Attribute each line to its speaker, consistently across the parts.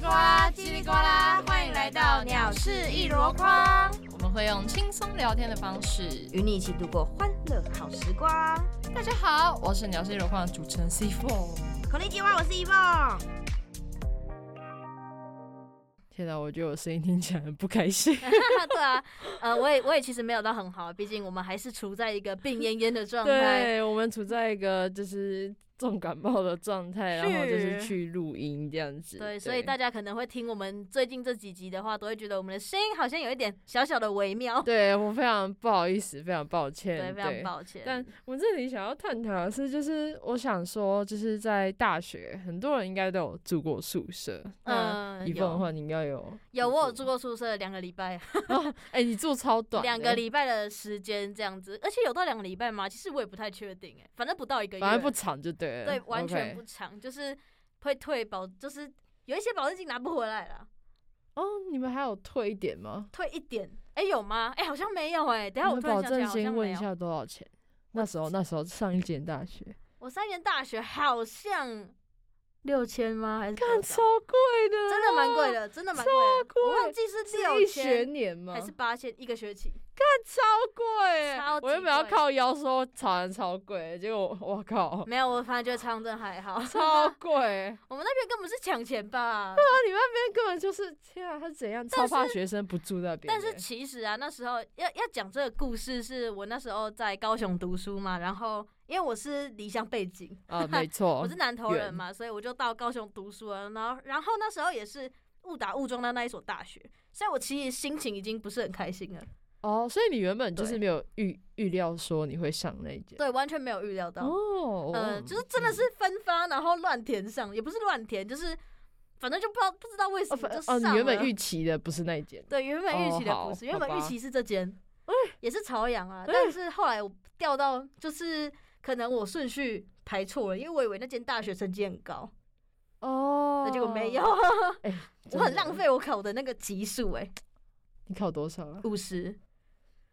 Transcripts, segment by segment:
Speaker 1: 叽里呱啦，欢迎来到鸟事一箩筐，
Speaker 2: 我们会用轻松聊天的方式。
Speaker 1: 与你一起度过欢乐好时光。
Speaker 2: 大家好，我是鸟事有框的主持人 C Four。
Speaker 1: 口令计划，我是一梦。
Speaker 2: 天哪，我觉得我声音听起来很不开心。
Speaker 1: 对啊，呃，我也我也其实没有到很好，啊毕竟我们还是处在一个病恹恹的状态。
Speaker 2: 对我们处在一个就是重感冒的状态，然后就是
Speaker 1: 是
Speaker 2: 去录音这样子。
Speaker 1: 对，所以大家可能会听我们最近这几集的话，都会觉得我们的声音好像有一点小小的微妙。
Speaker 2: 对我非常不好意思，非常抱
Speaker 1: 对，
Speaker 2: 歉，
Speaker 1: 非常抱歉。
Speaker 2: 但我这里想要探讨的是，就是我想说，就是在大学，很多人应该都有住过宿舍。嗯，
Speaker 1: 嗯，
Speaker 2: 一凤的
Speaker 1: 有
Speaker 2: 话，你应该有
Speaker 1: 有我有住过宿舍两个礼拜，
Speaker 2: 哎、你住超嗯短的，
Speaker 1: 两个礼拜的时间这样子，而且有到两个礼拜吗？其实我也不太确定，哎，反正不到一个月，
Speaker 2: 反正不长就对了。
Speaker 1: 对，完全
Speaker 2: OK
Speaker 1: 不长，就是会退保，就是有一些保证金拿不回来了，
Speaker 2: 哦，你们还有退一点吗？
Speaker 1: 退一点。哎、有吗？哎、好像没有哎、等一下
Speaker 2: 你
Speaker 1: 我
Speaker 2: 们
Speaker 1: 突然
Speaker 2: 保
Speaker 1: 想起来，
Speaker 2: 证
Speaker 1: 好
Speaker 2: 金
Speaker 1: 像
Speaker 2: 问
Speaker 1: 没
Speaker 2: 一
Speaker 1: 有。
Speaker 2: 下多少钱？ 那时候那时候上一间大学，
Speaker 1: 我三年大学好像六千吗？还是多
Speaker 2: 看
Speaker 1: 少
Speaker 2: 超贵的，
Speaker 1: 真的蛮贵，的，真的蛮贵的。
Speaker 2: 贵
Speaker 1: 我忘记是
Speaker 2: 是一
Speaker 1: 六
Speaker 2: 学
Speaker 1: 千
Speaker 2: 年吗？
Speaker 1: 还是八千一个学期。
Speaker 2: 超贵欸，
Speaker 1: 超级
Speaker 2: 我原本要
Speaker 1: 贵
Speaker 2: 靠腰说超人超贵，结果我我 靠，
Speaker 1: 没有，我反正觉得长征还好。
Speaker 2: 超贵。
Speaker 1: 我们那边根本是抢钱吧？
Speaker 2: 那你们那边根本就是天啊，他是怎样超怕学生不住那边的？
Speaker 1: 但是其实啊，那时候要要讲这个故事，是我那时候在高雄读书嘛，然后因为我是离乡背景，
Speaker 2: 啊，没错
Speaker 1: 我是，南投人
Speaker 2: 哦远
Speaker 1: 嘛，所以我就到高雄读书了。然后，然后那时候也是误打误撞到那一所大学，所以我其实心情已经不是很开心了，
Speaker 2: 哦，所以你原本就是
Speaker 1: 对
Speaker 2: 没有预预料说你会上那一间，
Speaker 1: 对，完全没有预料到。
Speaker 2: 哦，
Speaker 1: 呃，就是真的是分发，然后乱填上，也不是乱填，就是反正就不知道不知道为什
Speaker 2: 哦，
Speaker 1: 么
Speaker 2: 反
Speaker 1: 就
Speaker 2: 哦，
Speaker 1: 上
Speaker 2: 你
Speaker 1: 了。
Speaker 2: 原本预期的不是那一间，
Speaker 1: 对原本预期的
Speaker 2: 哦
Speaker 1: 不
Speaker 2: 好
Speaker 1: 是，原本
Speaker 2: 好
Speaker 1: 预
Speaker 2: 吧哎
Speaker 1: 期是这间，也是朝阳啊，但是后来我调到就是可能我顺序排错了，因为我以为那间大学成绩很高，
Speaker 2: 哦，
Speaker 1: 那结果没有，
Speaker 2: 哎，
Speaker 1: 我很
Speaker 2: 真的
Speaker 1: 浪。费我考的那个级数哎，
Speaker 2: 你考多少啊？
Speaker 1: 五十。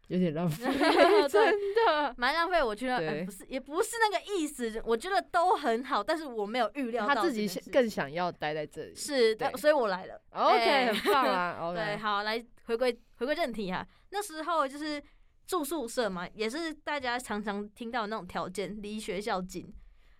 Speaker 2: 有点浪 费，
Speaker 1: 对，
Speaker 2: 真的。
Speaker 1: 蛮浪费我去那，呃
Speaker 2: 对
Speaker 1: 不是也不是那个意思，我觉得都很好，但是我没有预料到
Speaker 2: 他自
Speaker 1: 这
Speaker 2: 己
Speaker 1: 件
Speaker 2: 想
Speaker 1: 事
Speaker 2: 更想要待在这里。
Speaker 1: 是的，
Speaker 2: 对
Speaker 1: 所以我来了。哎
Speaker 2: ，OK，很棒啊
Speaker 1: 对，
Speaker 2: ，OK。
Speaker 1: 好，来回归回归正题哈。那时候就是住宿舍嘛，也是大家常常听到的那种条件，离学校近、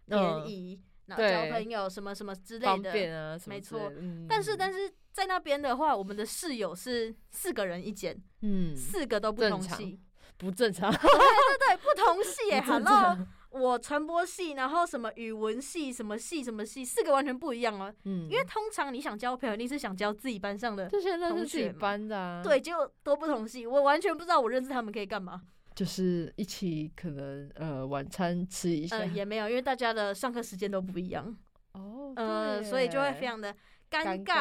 Speaker 2: 嗯
Speaker 1: 便宜，然后交
Speaker 2: 对
Speaker 1: 朋友什么什么之类
Speaker 2: 方
Speaker 1: 的。
Speaker 2: 便啊，什么
Speaker 1: 没
Speaker 2: 之类
Speaker 1: 错
Speaker 2: 的。嗯
Speaker 1: 但是但是在那边的话，我们的室友是四个人一间，
Speaker 2: 嗯，
Speaker 1: 四个都不同
Speaker 2: 正常
Speaker 1: 系，
Speaker 2: 不正 常。
Speaker 1: 对，不同系耶。
Speaker 2: 不正
Speaker 1: Hello，我传播系，然后什么语文系，什么系什么系，四个完全不一样哦。
Speaker 2: 嗯，
Speaker 1: 因为通常你想交朋友，你是想交自己班上的，
Speaker 2: 这些都
Speaker 1: 同
Speaker 2: 是自己
Speaker 1: 学嘛
Speaker 2: 班的啊，
Speaker 1: 对，，结果都不同系，我完全不知道我认识他们可以干嘛。
Speaker 2: 就是一起可能呃晚餐吃一下
Speaker 1: 呃，，也没有，因为大家的上课时间都不一 样，
Speaker 2: 哦，
Speaker 1: 呃，
Speaker 2: 对
Speaker 1: 所以就会
Speaker 2: 耶
Speaker 1: 非常的尴
Speaker 2: 尴
Speaker 1: 尬，
Speaker 2: 尬，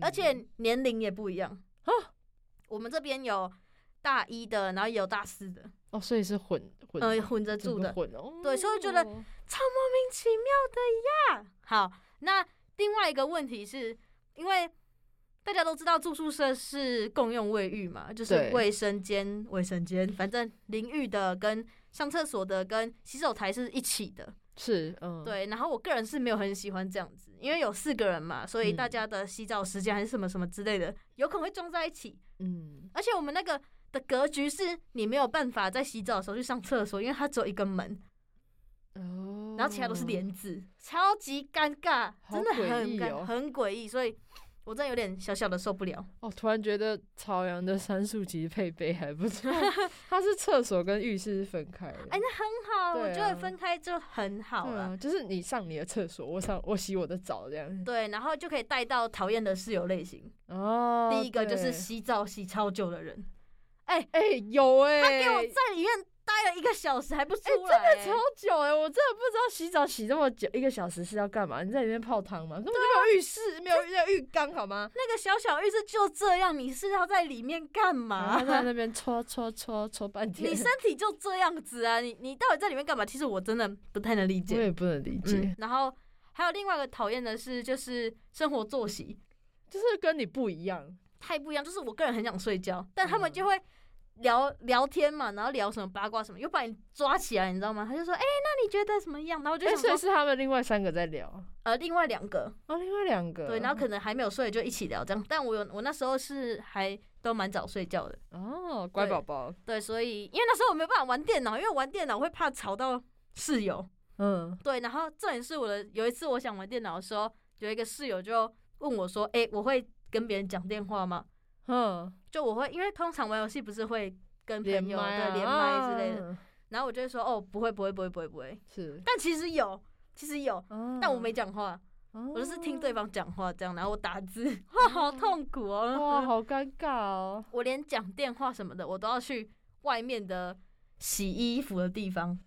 Speaker 1: 而
Speaker 2: 嗯
Speaker 1: 且年龄也不一样。哦
Speaker 2: 啊
Speaker 1: 我们这边有大一的，然后也有大四的，
Speaker 2: 哦，所以是混混
Speaker 1: 呃，混着
Speaker 2: 整
Speaker 1: 住
Speaker 2: 个
Speaker 1: 的，莫
Speaker 2: 混哦，
Speaker 1: 对所以我觉得名其妙的呀。好，那另外一个问题是因为。大家都知道住宿舍是共用卫浴嘛，就是
Speaker 2: 对
Speaker 1: 卫生间、卫生间，反正淋浴的跟上厕所的跟洗手台是一起的。
Speaker 2: 是嗯，
Speaker 1: 对，然后我个人是没有很喜欢这样子，因为有四个人嘛，所
Speaker 2: 嗯
Speaker 1: 以大家的洗澡时间还是什么什么之类的，有可能会撞在一起。
Speaker 2: 嗯，
Speaker 1: 而且我们那个的格局是你没有办法在洗澡的时候去上厕所，因为它只有一个门，
Speaker 2: 哦，
Speaker 1: 然后其他都是帘子，超级尴尬，
Speaker 2: 好
Speaker 1: 真的
Speaker 2: 诡
Speaker 1: 很
Speaker 2: 异
Speaker 1: 尴、
Speaker 2: 哦
Speaker 1: 很诡嗯异，所以我真的有点小小的受不了。
Speaker 2: 哦，突然觉得朝阳的杉树其实配备还不 错，它是厕所跟浴室是分开的。
Speaker 1: 哎，那很好，我
Speaker 2: 对啊
Speaker 1: 觉得分开就很好
Speaker 2: 对
Speaker 1: 了。
Speaker 2: 啊，就是你上你的厕所，我上我洗我的澡这样。
Speaker 1: 对，然后就可以带到讨厌的室友类型。
Speaker 2: 哦，
Speaker 1: 第一个就是
Speaker 2: 对
Speaker 1: 洗澡洗超久的人，
Speaker 2: 哎、有哎、
Speaker 1: 他给我在里面待了一个小时还不出
Speaker 2: 哎、
Speaker 1: 来、欸
Speaker 2: 真的超久哎、我真的不知道洗澡洗这么久，一个小时是要干嘛？你在里面泡汤吗？根本就
Speaker 1: 啊
Speaker 2: 没有浴室，没有没有浴缸好吗？
Speaker 1: 那个小小浴室就这样，你是要在里面干
Speaker 2: 然后
Speaker 1: 嘛？
Speaker 2: 在那边搓搓搓搓半天，
Speaker 1: 你身体就这样子啊，你你到底在里面干嘛？其实我真的不太能理
Speaker 2: 我
Speaker 1: 解。
Speaker 2: 也不能理解，
Speaker 1: 嗯，然后还有另外一个讨厌的是，就是生活作息
Speaker 2: 就是跟你不一样，嗯
Speaker 1: 太不一样，就是我个人很想睡觉，但他们就会聊聊天嘛，然后聊什么八卦什么，又把你抓起来，你知道吗？他就说，哎、那你觉得怎么样？然后我就
Speaker 2: 哎，
Speaker 1: 想
Speaker 2: 所以
Speaker 1: 说，
Speaker 2: 是他们另外三个在聊，
Speaker 1: 呃，另外两个，
Speaker 2: 哦，另外两个，
Speaker 1: 对，然后可能还没有睡就一起聊这样。但我有我那时候是还都蛮早睡觉的，
Speaker 2: 哦，乖
Speaker 1: 对
Speaker 2: 宝宝，
Speaker 1: 对，所以因为那时候我没有办法玩电脑，因为玩电脑会怕吵到室友。
Speaker 2: 嗯，
Speaker 1: 对，然后重点是我的有一次我想玩电脑的时候，有一个室友就问我说：“哎、我会跟别人讲电话吗？”
Speaker 2: 嗯，
Speaker 1: 就我会，因为通常玩游戏不是会跟朋友
Speaker 2: 连
Speaker 1: 对
Speaker 2: 麦啊
Speaker 1: 连麦之类的，
Speaker 2: 嗯
Speaker 1: 然后我就会说：“哦，不会，不会，不会，不会，不会。
Speaker 2: 是”，
Speaker 1: 但其实有，其实有，但我没
Speaker 2: 哦，
Speaker 1: 讲话，
Speaker 2: 我
Speaker 1: 我就是听对方讲话这样，然后我打字，
Speaker 2: 哦
Speaker 1: 哇， 好痛苦
Speaker 2: 哇，
Speaker 1: 哦！
Speaker 2: 好尴尬哦，
Speaker 1: 我连讲电话什么的，我都要去外面的洗衣服的地方。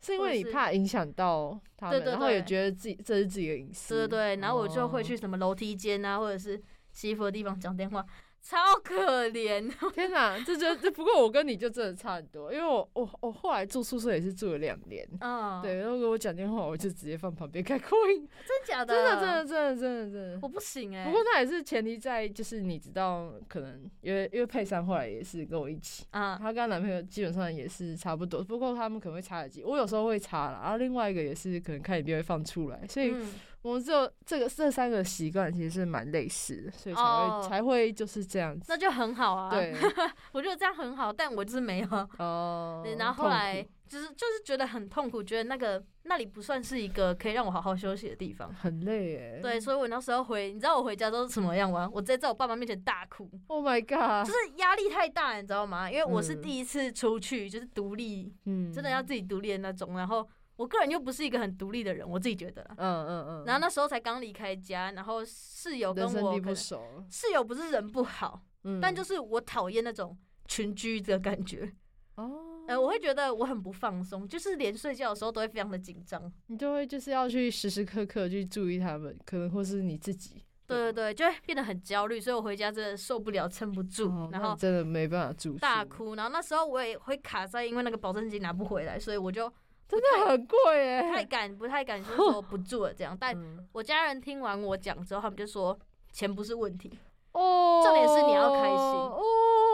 Speaker 2: 是因为
Speaker 1: 或者
Speaker 2: 你
Speaker 1: 是
Speaker 2: 怕影响到他们，
Speaker 1: 对对
Speaker 2: 然后也
Speaker 1: 对
Speaker 2: 觉得自己这是自己的隐私，
Speaker 1: 对对对，然后我就
Speaker 2: 哦
Speaker 1: 会去什么楼梯间啊，或者是洗衣服的地方讲电话，超可怜。
Speaker 2: 哦天哪，这就这不过我跟你就真的差很多，因为我我我后来住宿舍也是住了两年。
Speaker 1: 嗯，，
Speaker 2: 对，然后给我讲电话，我就直接放旁边开扩音，
Speaker 1: 真假的？啊
Speaker 2: 真的，真的，，真的，真的，真的。
Speaker 1: 我不行哎、
Speaker 2: 不过那也是前提在，就是你知道，可能因为因为佩珊后来也是跟我一起，
Speaker 1: 啊，
Speaker 2: 她跟她男朋友基本上也是差不多，不过他们可能会差耳机，我有时候会插啦，然后另外一个也是可能看影片会放出来，所以
Speaker 1: 嗯，
Speaker 2: 我们只有这个这三个习惯其实是蛮类似的，所以才会、
Speaker 1: 哦
Speaker 2: 才会就是这样子
Speaker 1: 那。就很好啊。，
Speaker 2: 对，
Speaker 1: 我觉得这样很好，但我就是没有。
Speaker 2: 哦、
Speaker 1: 对，然后后来
Speaker 2: 痛
Speaker 1: 就是就是觉得很痛苦，觉得那个那里不算是一个可以让我好好休息的地方
Speaker 2: 苦。很累哎。
Speaker 1: 对，所以我那时候回，你知道我回家都是什么样吗？我直接在我爸妈面前大哭，
Speaker 2: ，Oh my
Speaker 1: 就
Speaker 2: god，
Speaker 1: 是压力太大，你知道吗？因为我是
Speaker 2: 嗯
Speaker 1: 第一次出去，就是独立
Speaker 2: 嗯，
Speaker 1: 真的要自己独立的那种。然后我个人又不是一个很独立的人，我自己觉得啦。
Speaker 2: 嗯嗯嗯，
Speaker 1: 然后那时候才刚离开家，然后室友跟
Speaker 2: 人生
Speaker 1: 我
Speaker 2: 地
Speaker 1: 可
Speaker 2: 不
Speaker 1: 能
Speaker 2: 熟，
Speaker 1: 室友不是人不好，
Speaker 2: 嗯，
Speaker 1: 但就是我讨厌那种群居的感觉。
Speaker 2: 哦，
Speaker 1: 呃，我会觉得我很不放松，就是连睡觉的时候都会非常的紧张。
Speaker 2: 你就会就是要去时时刻刻去注意他们，可能或是你自己。
Speaker 1: 对对对，就会变得很焦虑，所以我回家真的受不了，撑不住，
Speaker 2: 哦
Speaker 1: 然
Speaker 2: 那
Speaker 1: 后
Speaker 2: 你真的没办法住宿
Speaker 1: 大，哭。然后那时候我也会卡在，因为那个保证金拿不回来，所以 我就
Speaker 2: 真的很贵
Speaker 1: 不太
Speaker 2: 哎。
Speaker 1: 敢，不太敢就说不住了这样。但
Speaker 2: 嗯
Speaker 1: 我家人听完我讲之后，他们就说钱不是问题，
Speaker 2: 哦，
Speaker 1: 重点是你要开心
Speaker 2: 哦。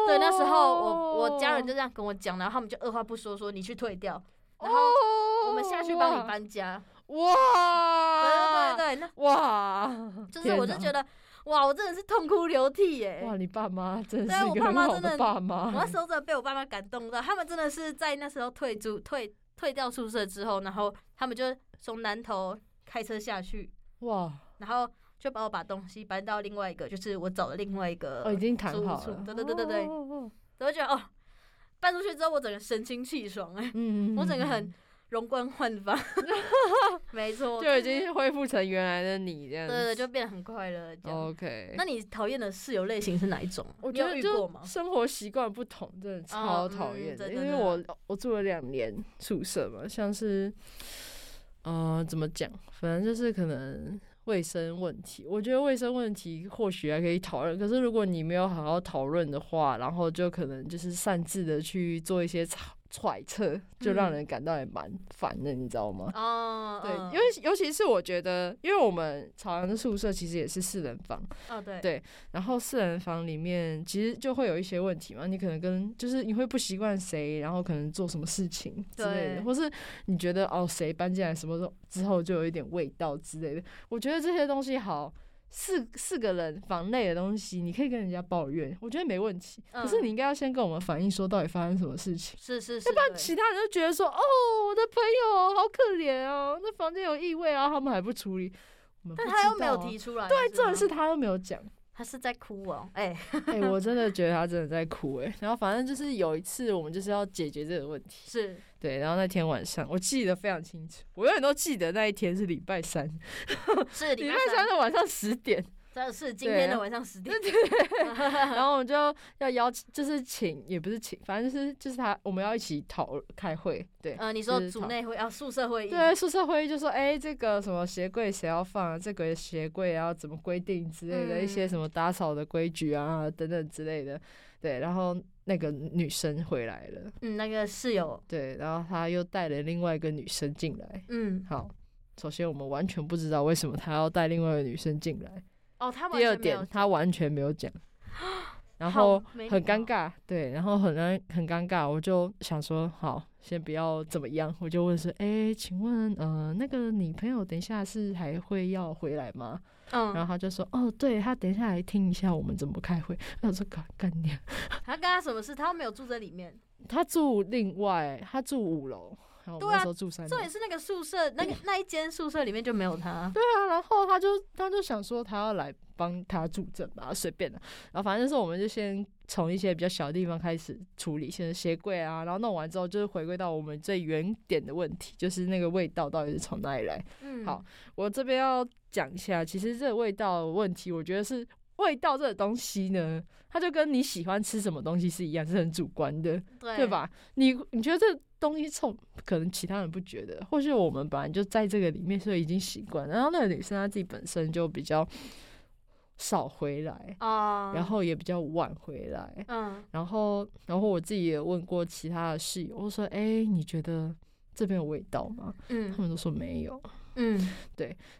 Speaker 1: 对，那时候我我家人就这样跟我讲，然后他们就二话不说说你去退掉，然后
Speaker 2: 哦
Speaker 1: 我们下去帮你。搬家。
Speaker 2: 哇，
Speaker 1: 对对对，那
Speaker 2: 对，哇，
Speaker 1: 就是我就觉得哇，我真的是痛哭流涕耶
Speaker 2: 得。哇，你爸妈真
Speaker 1: 对
Speaker 2: 是一
Speaker 1: 我
Speaker 2: 个
Speaker 1: 爸
Speaker 2: 很
Speaker 1: 妈
Speaker 2: 好
Speaker 1: 真
Speaker 2: 的
Speaker 1: 的
Speaker 2: 爸
Speaker 1: 我
Speaker 2: 妈。
Speaker 1: 那时候真的被我爸妈感动到，他们真的是在那时候退租退退掉宿舍之后，然后他们就从南头开车下去，
Speaker 2: 哇，
Speaker 1: 然后就把我把东西搬到另外一个，就是我找的另外一个
Speaker 2: 哦，已经谈
Speaker 1: 租屋
Speaker 2: 好
Speaker 1: 处
Speaker 2: 了。
Speaker 1: 对对对对对
Speaker 2: 哦，哦哦
Speaker 1: 然后觉得哦，搬出去之后我整个神清气爽哎、
Speaker 2: 嗯，嗯
Speaker 1: 我整个
Speaker 2: 嗯
Speaker 1: 很容光焕发， 没错，
Speaker 2: 就已经恢复成原来的你这样
Speaker 1: 对
Speaker 2: 子。
Speaker 1: 对对，就变得很快乐这样。
Speaker 2: 哦 OK，
Speaker 1: 那你讨厌的室友类型是哪一种啊？
Speaker 2: 我
Speaker 1: 你
Speaker 2: 觉
Speaker 1: 有
Speaker 2: 得
Speaker 1: 遇过
Speaker 2: 就
Speaker 1: 吗？哦
Speaker 2: 生活习惯不同，真的超讨厌的。
Speaker 1: 嗯真
Speaker 2: 因
Speaker 1: 的
Speaker 2: 为我我住了两年宿舍嘛，像是，呃，怎么讲，反正就是可能卫生问题。我觉得卫生问题或许还可以讨论，可是如果你没有好好讨论的话，然后就可能就是擅自的去做一些揣揣测，就让
Speaker 1: 嗯
Speaker 2: 人感到也蛮烦的，你知道吗？
Speaker 1: 哦，
Speaker 2: 对，
Speaker 1: 嗯
Speaker 2: 因为尤其是我觉得，因为我们朝阳的宿舍其实也是四人房，
Speaker 1: 哦对
Speaker 2: 对然后四人房里面其实就会有一些问题嘛，你可能跟就是你会不习惯谁，然后可能做什么事情之类
Speaker 1: 对
Speaker 2: 的，或是你觉得哦谁搬进来什么时候之后就有一点味道之类的。我觉得这些东西好。四四个人房内的东西，你可以跟人家抱怨，我觉得没问题。可是
Speaker 1: 嗯
Speaker 2: 你应该要先跟我们反映说到底发生什么事情。
Speaker 1: 是是是，对
Speaker 2: 其他人就觉得说，哦，我的朋友好可怜哦，那房间有异味啊，他们还不处理。我们
Speaker 1: 但
Speaker 2: 不
Speaker 1: 他
Speaker 2: 知
Speaker 1: 又没有
Speaker 2: 道啊，
Speaker 1: 提出来，对
Speaker 2: 重点是他又没有讲。
Speaker 1: 他是在哭哦，哎，
Speaker 2: 哎、我真的觉得他真的在哭哎、然后反正就是有一次，我们就是要解决这个问题。
Speaker 1: 是
Speaker 2: 对，然后那天晚上我记得非常清楚，我永远都记得那一天是礼拜三，
Speaker 1: 是
Speaker 2: 礼
Speaker 1: 礼
Speaker 2: 拜
Speaker 1: 拜
Speaker 2: 三
Speaker 1: 三，
Speaker 2: 的晚上十点。
Speaker 1: 真的是今
Speaker 2: 对
Speaker 1: 天
Speaker 2: 啊
Speaker 1: 的晚上十点，
Speaker 2: 然后我们就要邀请，就是请也不是请，反正就是就是他，我们要一起讨论开会。对，
Speaker 1: 呃，你说
Speaker 2: 就是
Speaker 1: 组
Speaker 2: 吵
Speaker 1: 内会啊，宿舍会议，
Speaker 2: 对，宿舍会议就说，哎、这个什么鞋柜谁要放、啊，这个鞋柜要怎么规定之类的、一些
Speaker 1: 嗯
Speaker 2: 什么打扫的规矩啊等等之类的。对，然后那个女生回来了，
Speaker 1: 嗯，那个室友，
Speaker 2: 对，然后她又带了另外一个女生进来。
Speaker 1: 嗯，
Speaker 2: 好，首先我们完全不知道为什么她要带另外一个女生进来。
Speaker 1: 哦，他完
Speaker 2: 第二
Speaker 1: 全没有
Speaker 2: 点，她完全没有讲。然后
Speaker 1: 好没礼
Speaker 2: 很尴
Speaker 1: 貌
Speaker 2: 尬，对，然后很尴很尴尬，我就想说，好，先不要怎么样，我就问说，哎，请问，呃，那个你朋友等一下是还会要回来吗？
Speaker 1: 嗯，
Speaker 2: 然后他就说，哦，对，他等一下来听一下我们怎么开会。 我说，干干娘，
Speaker 1: 他跟他什么事？他又没有住这里面，
Speaker 2: 他住另外，他住五楼，然后我
Speaker 1: 对
Speaker 2: 们那
Speaker 1: 啊
Speaker 2: 时候住三楼
Speaker 1: 重。点是那个宿舍，那个那一间宿舍里面就没有他。
Speaker 2: 对啊，然后他就他就想说他要来帮他助阵吧，随便的、然后反正就是我们就先从一些比较小的地方开始处理，先是鞋柜啊，然后弄完之后就是回归到我们最原点的问题，就是那个味道到底是从哪里来。
Speaker 1: 嗯，
Speaker 2: 好，我这边要讲一下，其实这个味道的问题，我觉得是味道这个东西呢，它就跟你喜欢吃什么东西是一样，是很主观的。
Speaker 1: 对
Speaker 2: 对？吧？你你觉得这东西臭，可能其他人不觉得，或许我们本来就在这个里面，所以已经习惯了。然后那个女生她自己本身就比较少回来，
Speaker 1: 啊，
Speaker 2: 然后也比较晚回来。
Speaker 1: 嗯，
Speaker 2: 然后，然后我自己也问过其他的室友，我说：“哎、你觉得这边有味道吗？”他
Speaker 1: 嗯
Speaker 2: 们都说没有。
Speaker 1: 嗯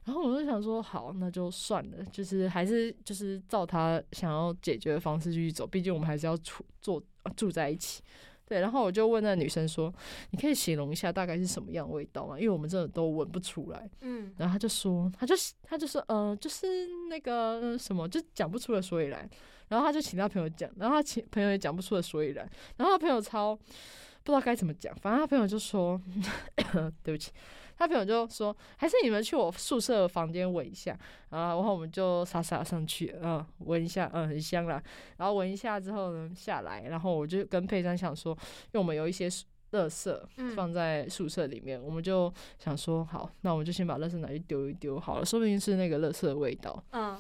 Speaker 2: 然后我就想说，好，那就算了，就是还是就是照他想要解决的方式去走，毕竟我们还是要处做呃住在一起。对，然后我就问那女生说：“你可以形容一下大概是什么样的味道吗？因为我们真的都闻不出来。
Speaker 1: 嗯”
Speaker 2: 然后她就说：“她就她就说，呃，就是那个呃什么，就讲不出的所以然。”然后她就请她朋友讲，然后她请朋友也讲不出的所以然。然后她朋友超不知道该怎么讲，反正她朋友就说：“ 对不起。”他朋友就说：“还是你们去我宿舍房间闻一下。”啊，然后我们就傻傻上去，嗯，闻一下，嗯，很香啦。然后闻一下之后呢，下来，然后我就跟佩珊想说，因为我们有一些宿垃圾
Speaker 1: 嗯，
Speaker 2: 放在宿舍里面，我们就想说，好，那我们就先把垃圾拿去丢一丢好了，说不定是那个垃圾的味道。
Speaker 1: 嗯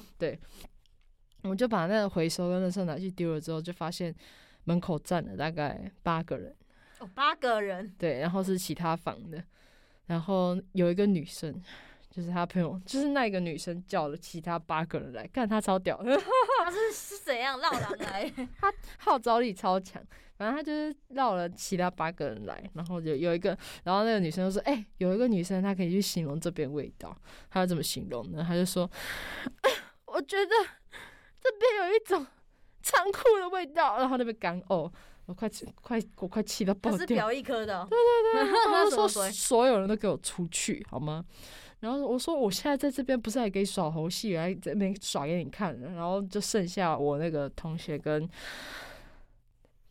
Speaker 2: 我们就把那个回收跟垃圾拿去丢了之后，就发现门口站了大概八个人。
Speaker 1: 哦，八个人，
Speaker 2: 对，然后是其他房的，然后有一个女生，就是她朋友，就是那一个女生叫了其他八个人来，看她超屌，
Speaker 1: 他是是怎样绕狼来？
Speaker 2: 号召力超强，反正她就是绕了其他八个人来，然后有有一个，然后那个女生就说，哎、有一个女生她可以去形容这边味道，她要怎么形容呢？她就说， 我觉得这边有一种 残酷的味道，然后那边干呕，我快气快我快气到爆
Speaker 1: 他是
Speaker 2: 掉。
Speaker 1: 表一科的哦，
Speaker 2: 他
Speaker 1: 他
Speaker 2: 就
Speaker 1: 怎么
Speaker 2: 说
Speaker 1: 说？
Speaker 2: 所有人都给我出去好吗？然后我说我现在在这边不是来给你耍猴戏，来这边耍给你看的，然后就剩下我那个同学跟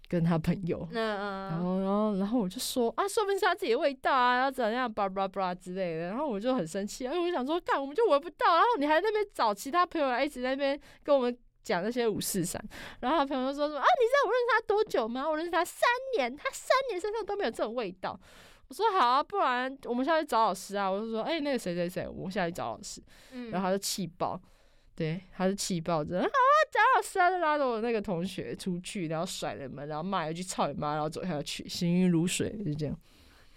Speaker 2: 跟他朋友。
Speaker 1: 那
Speaker 2: 然后，然后，然后我就说啊，说不定是他自己的味道啊，然后怎样，巴拉巴拉巴拉之类的。然后我就很生气，因哎为我想说，干，我们就闻不到，然后你还在那边找其他朋友来一直在那边跟我们讲那些五四三。然后他朋友就说什么啊，你知道我认识他多久吗？我认识他三年，他三年身上都没有这种味道。我说好啊，不然我们下去找老师啊。我就说，哎、那个谁谁谁，我们下去找老师。
Speaker 1: 嗯
Speaker 2: 然后他就气爆，对，他就气爆，真的好啊，贾老师啊，就拉着我那个同学出去，然后甩了门，然后骂一句“操你妈”，然后走下去，行云流水，就这样，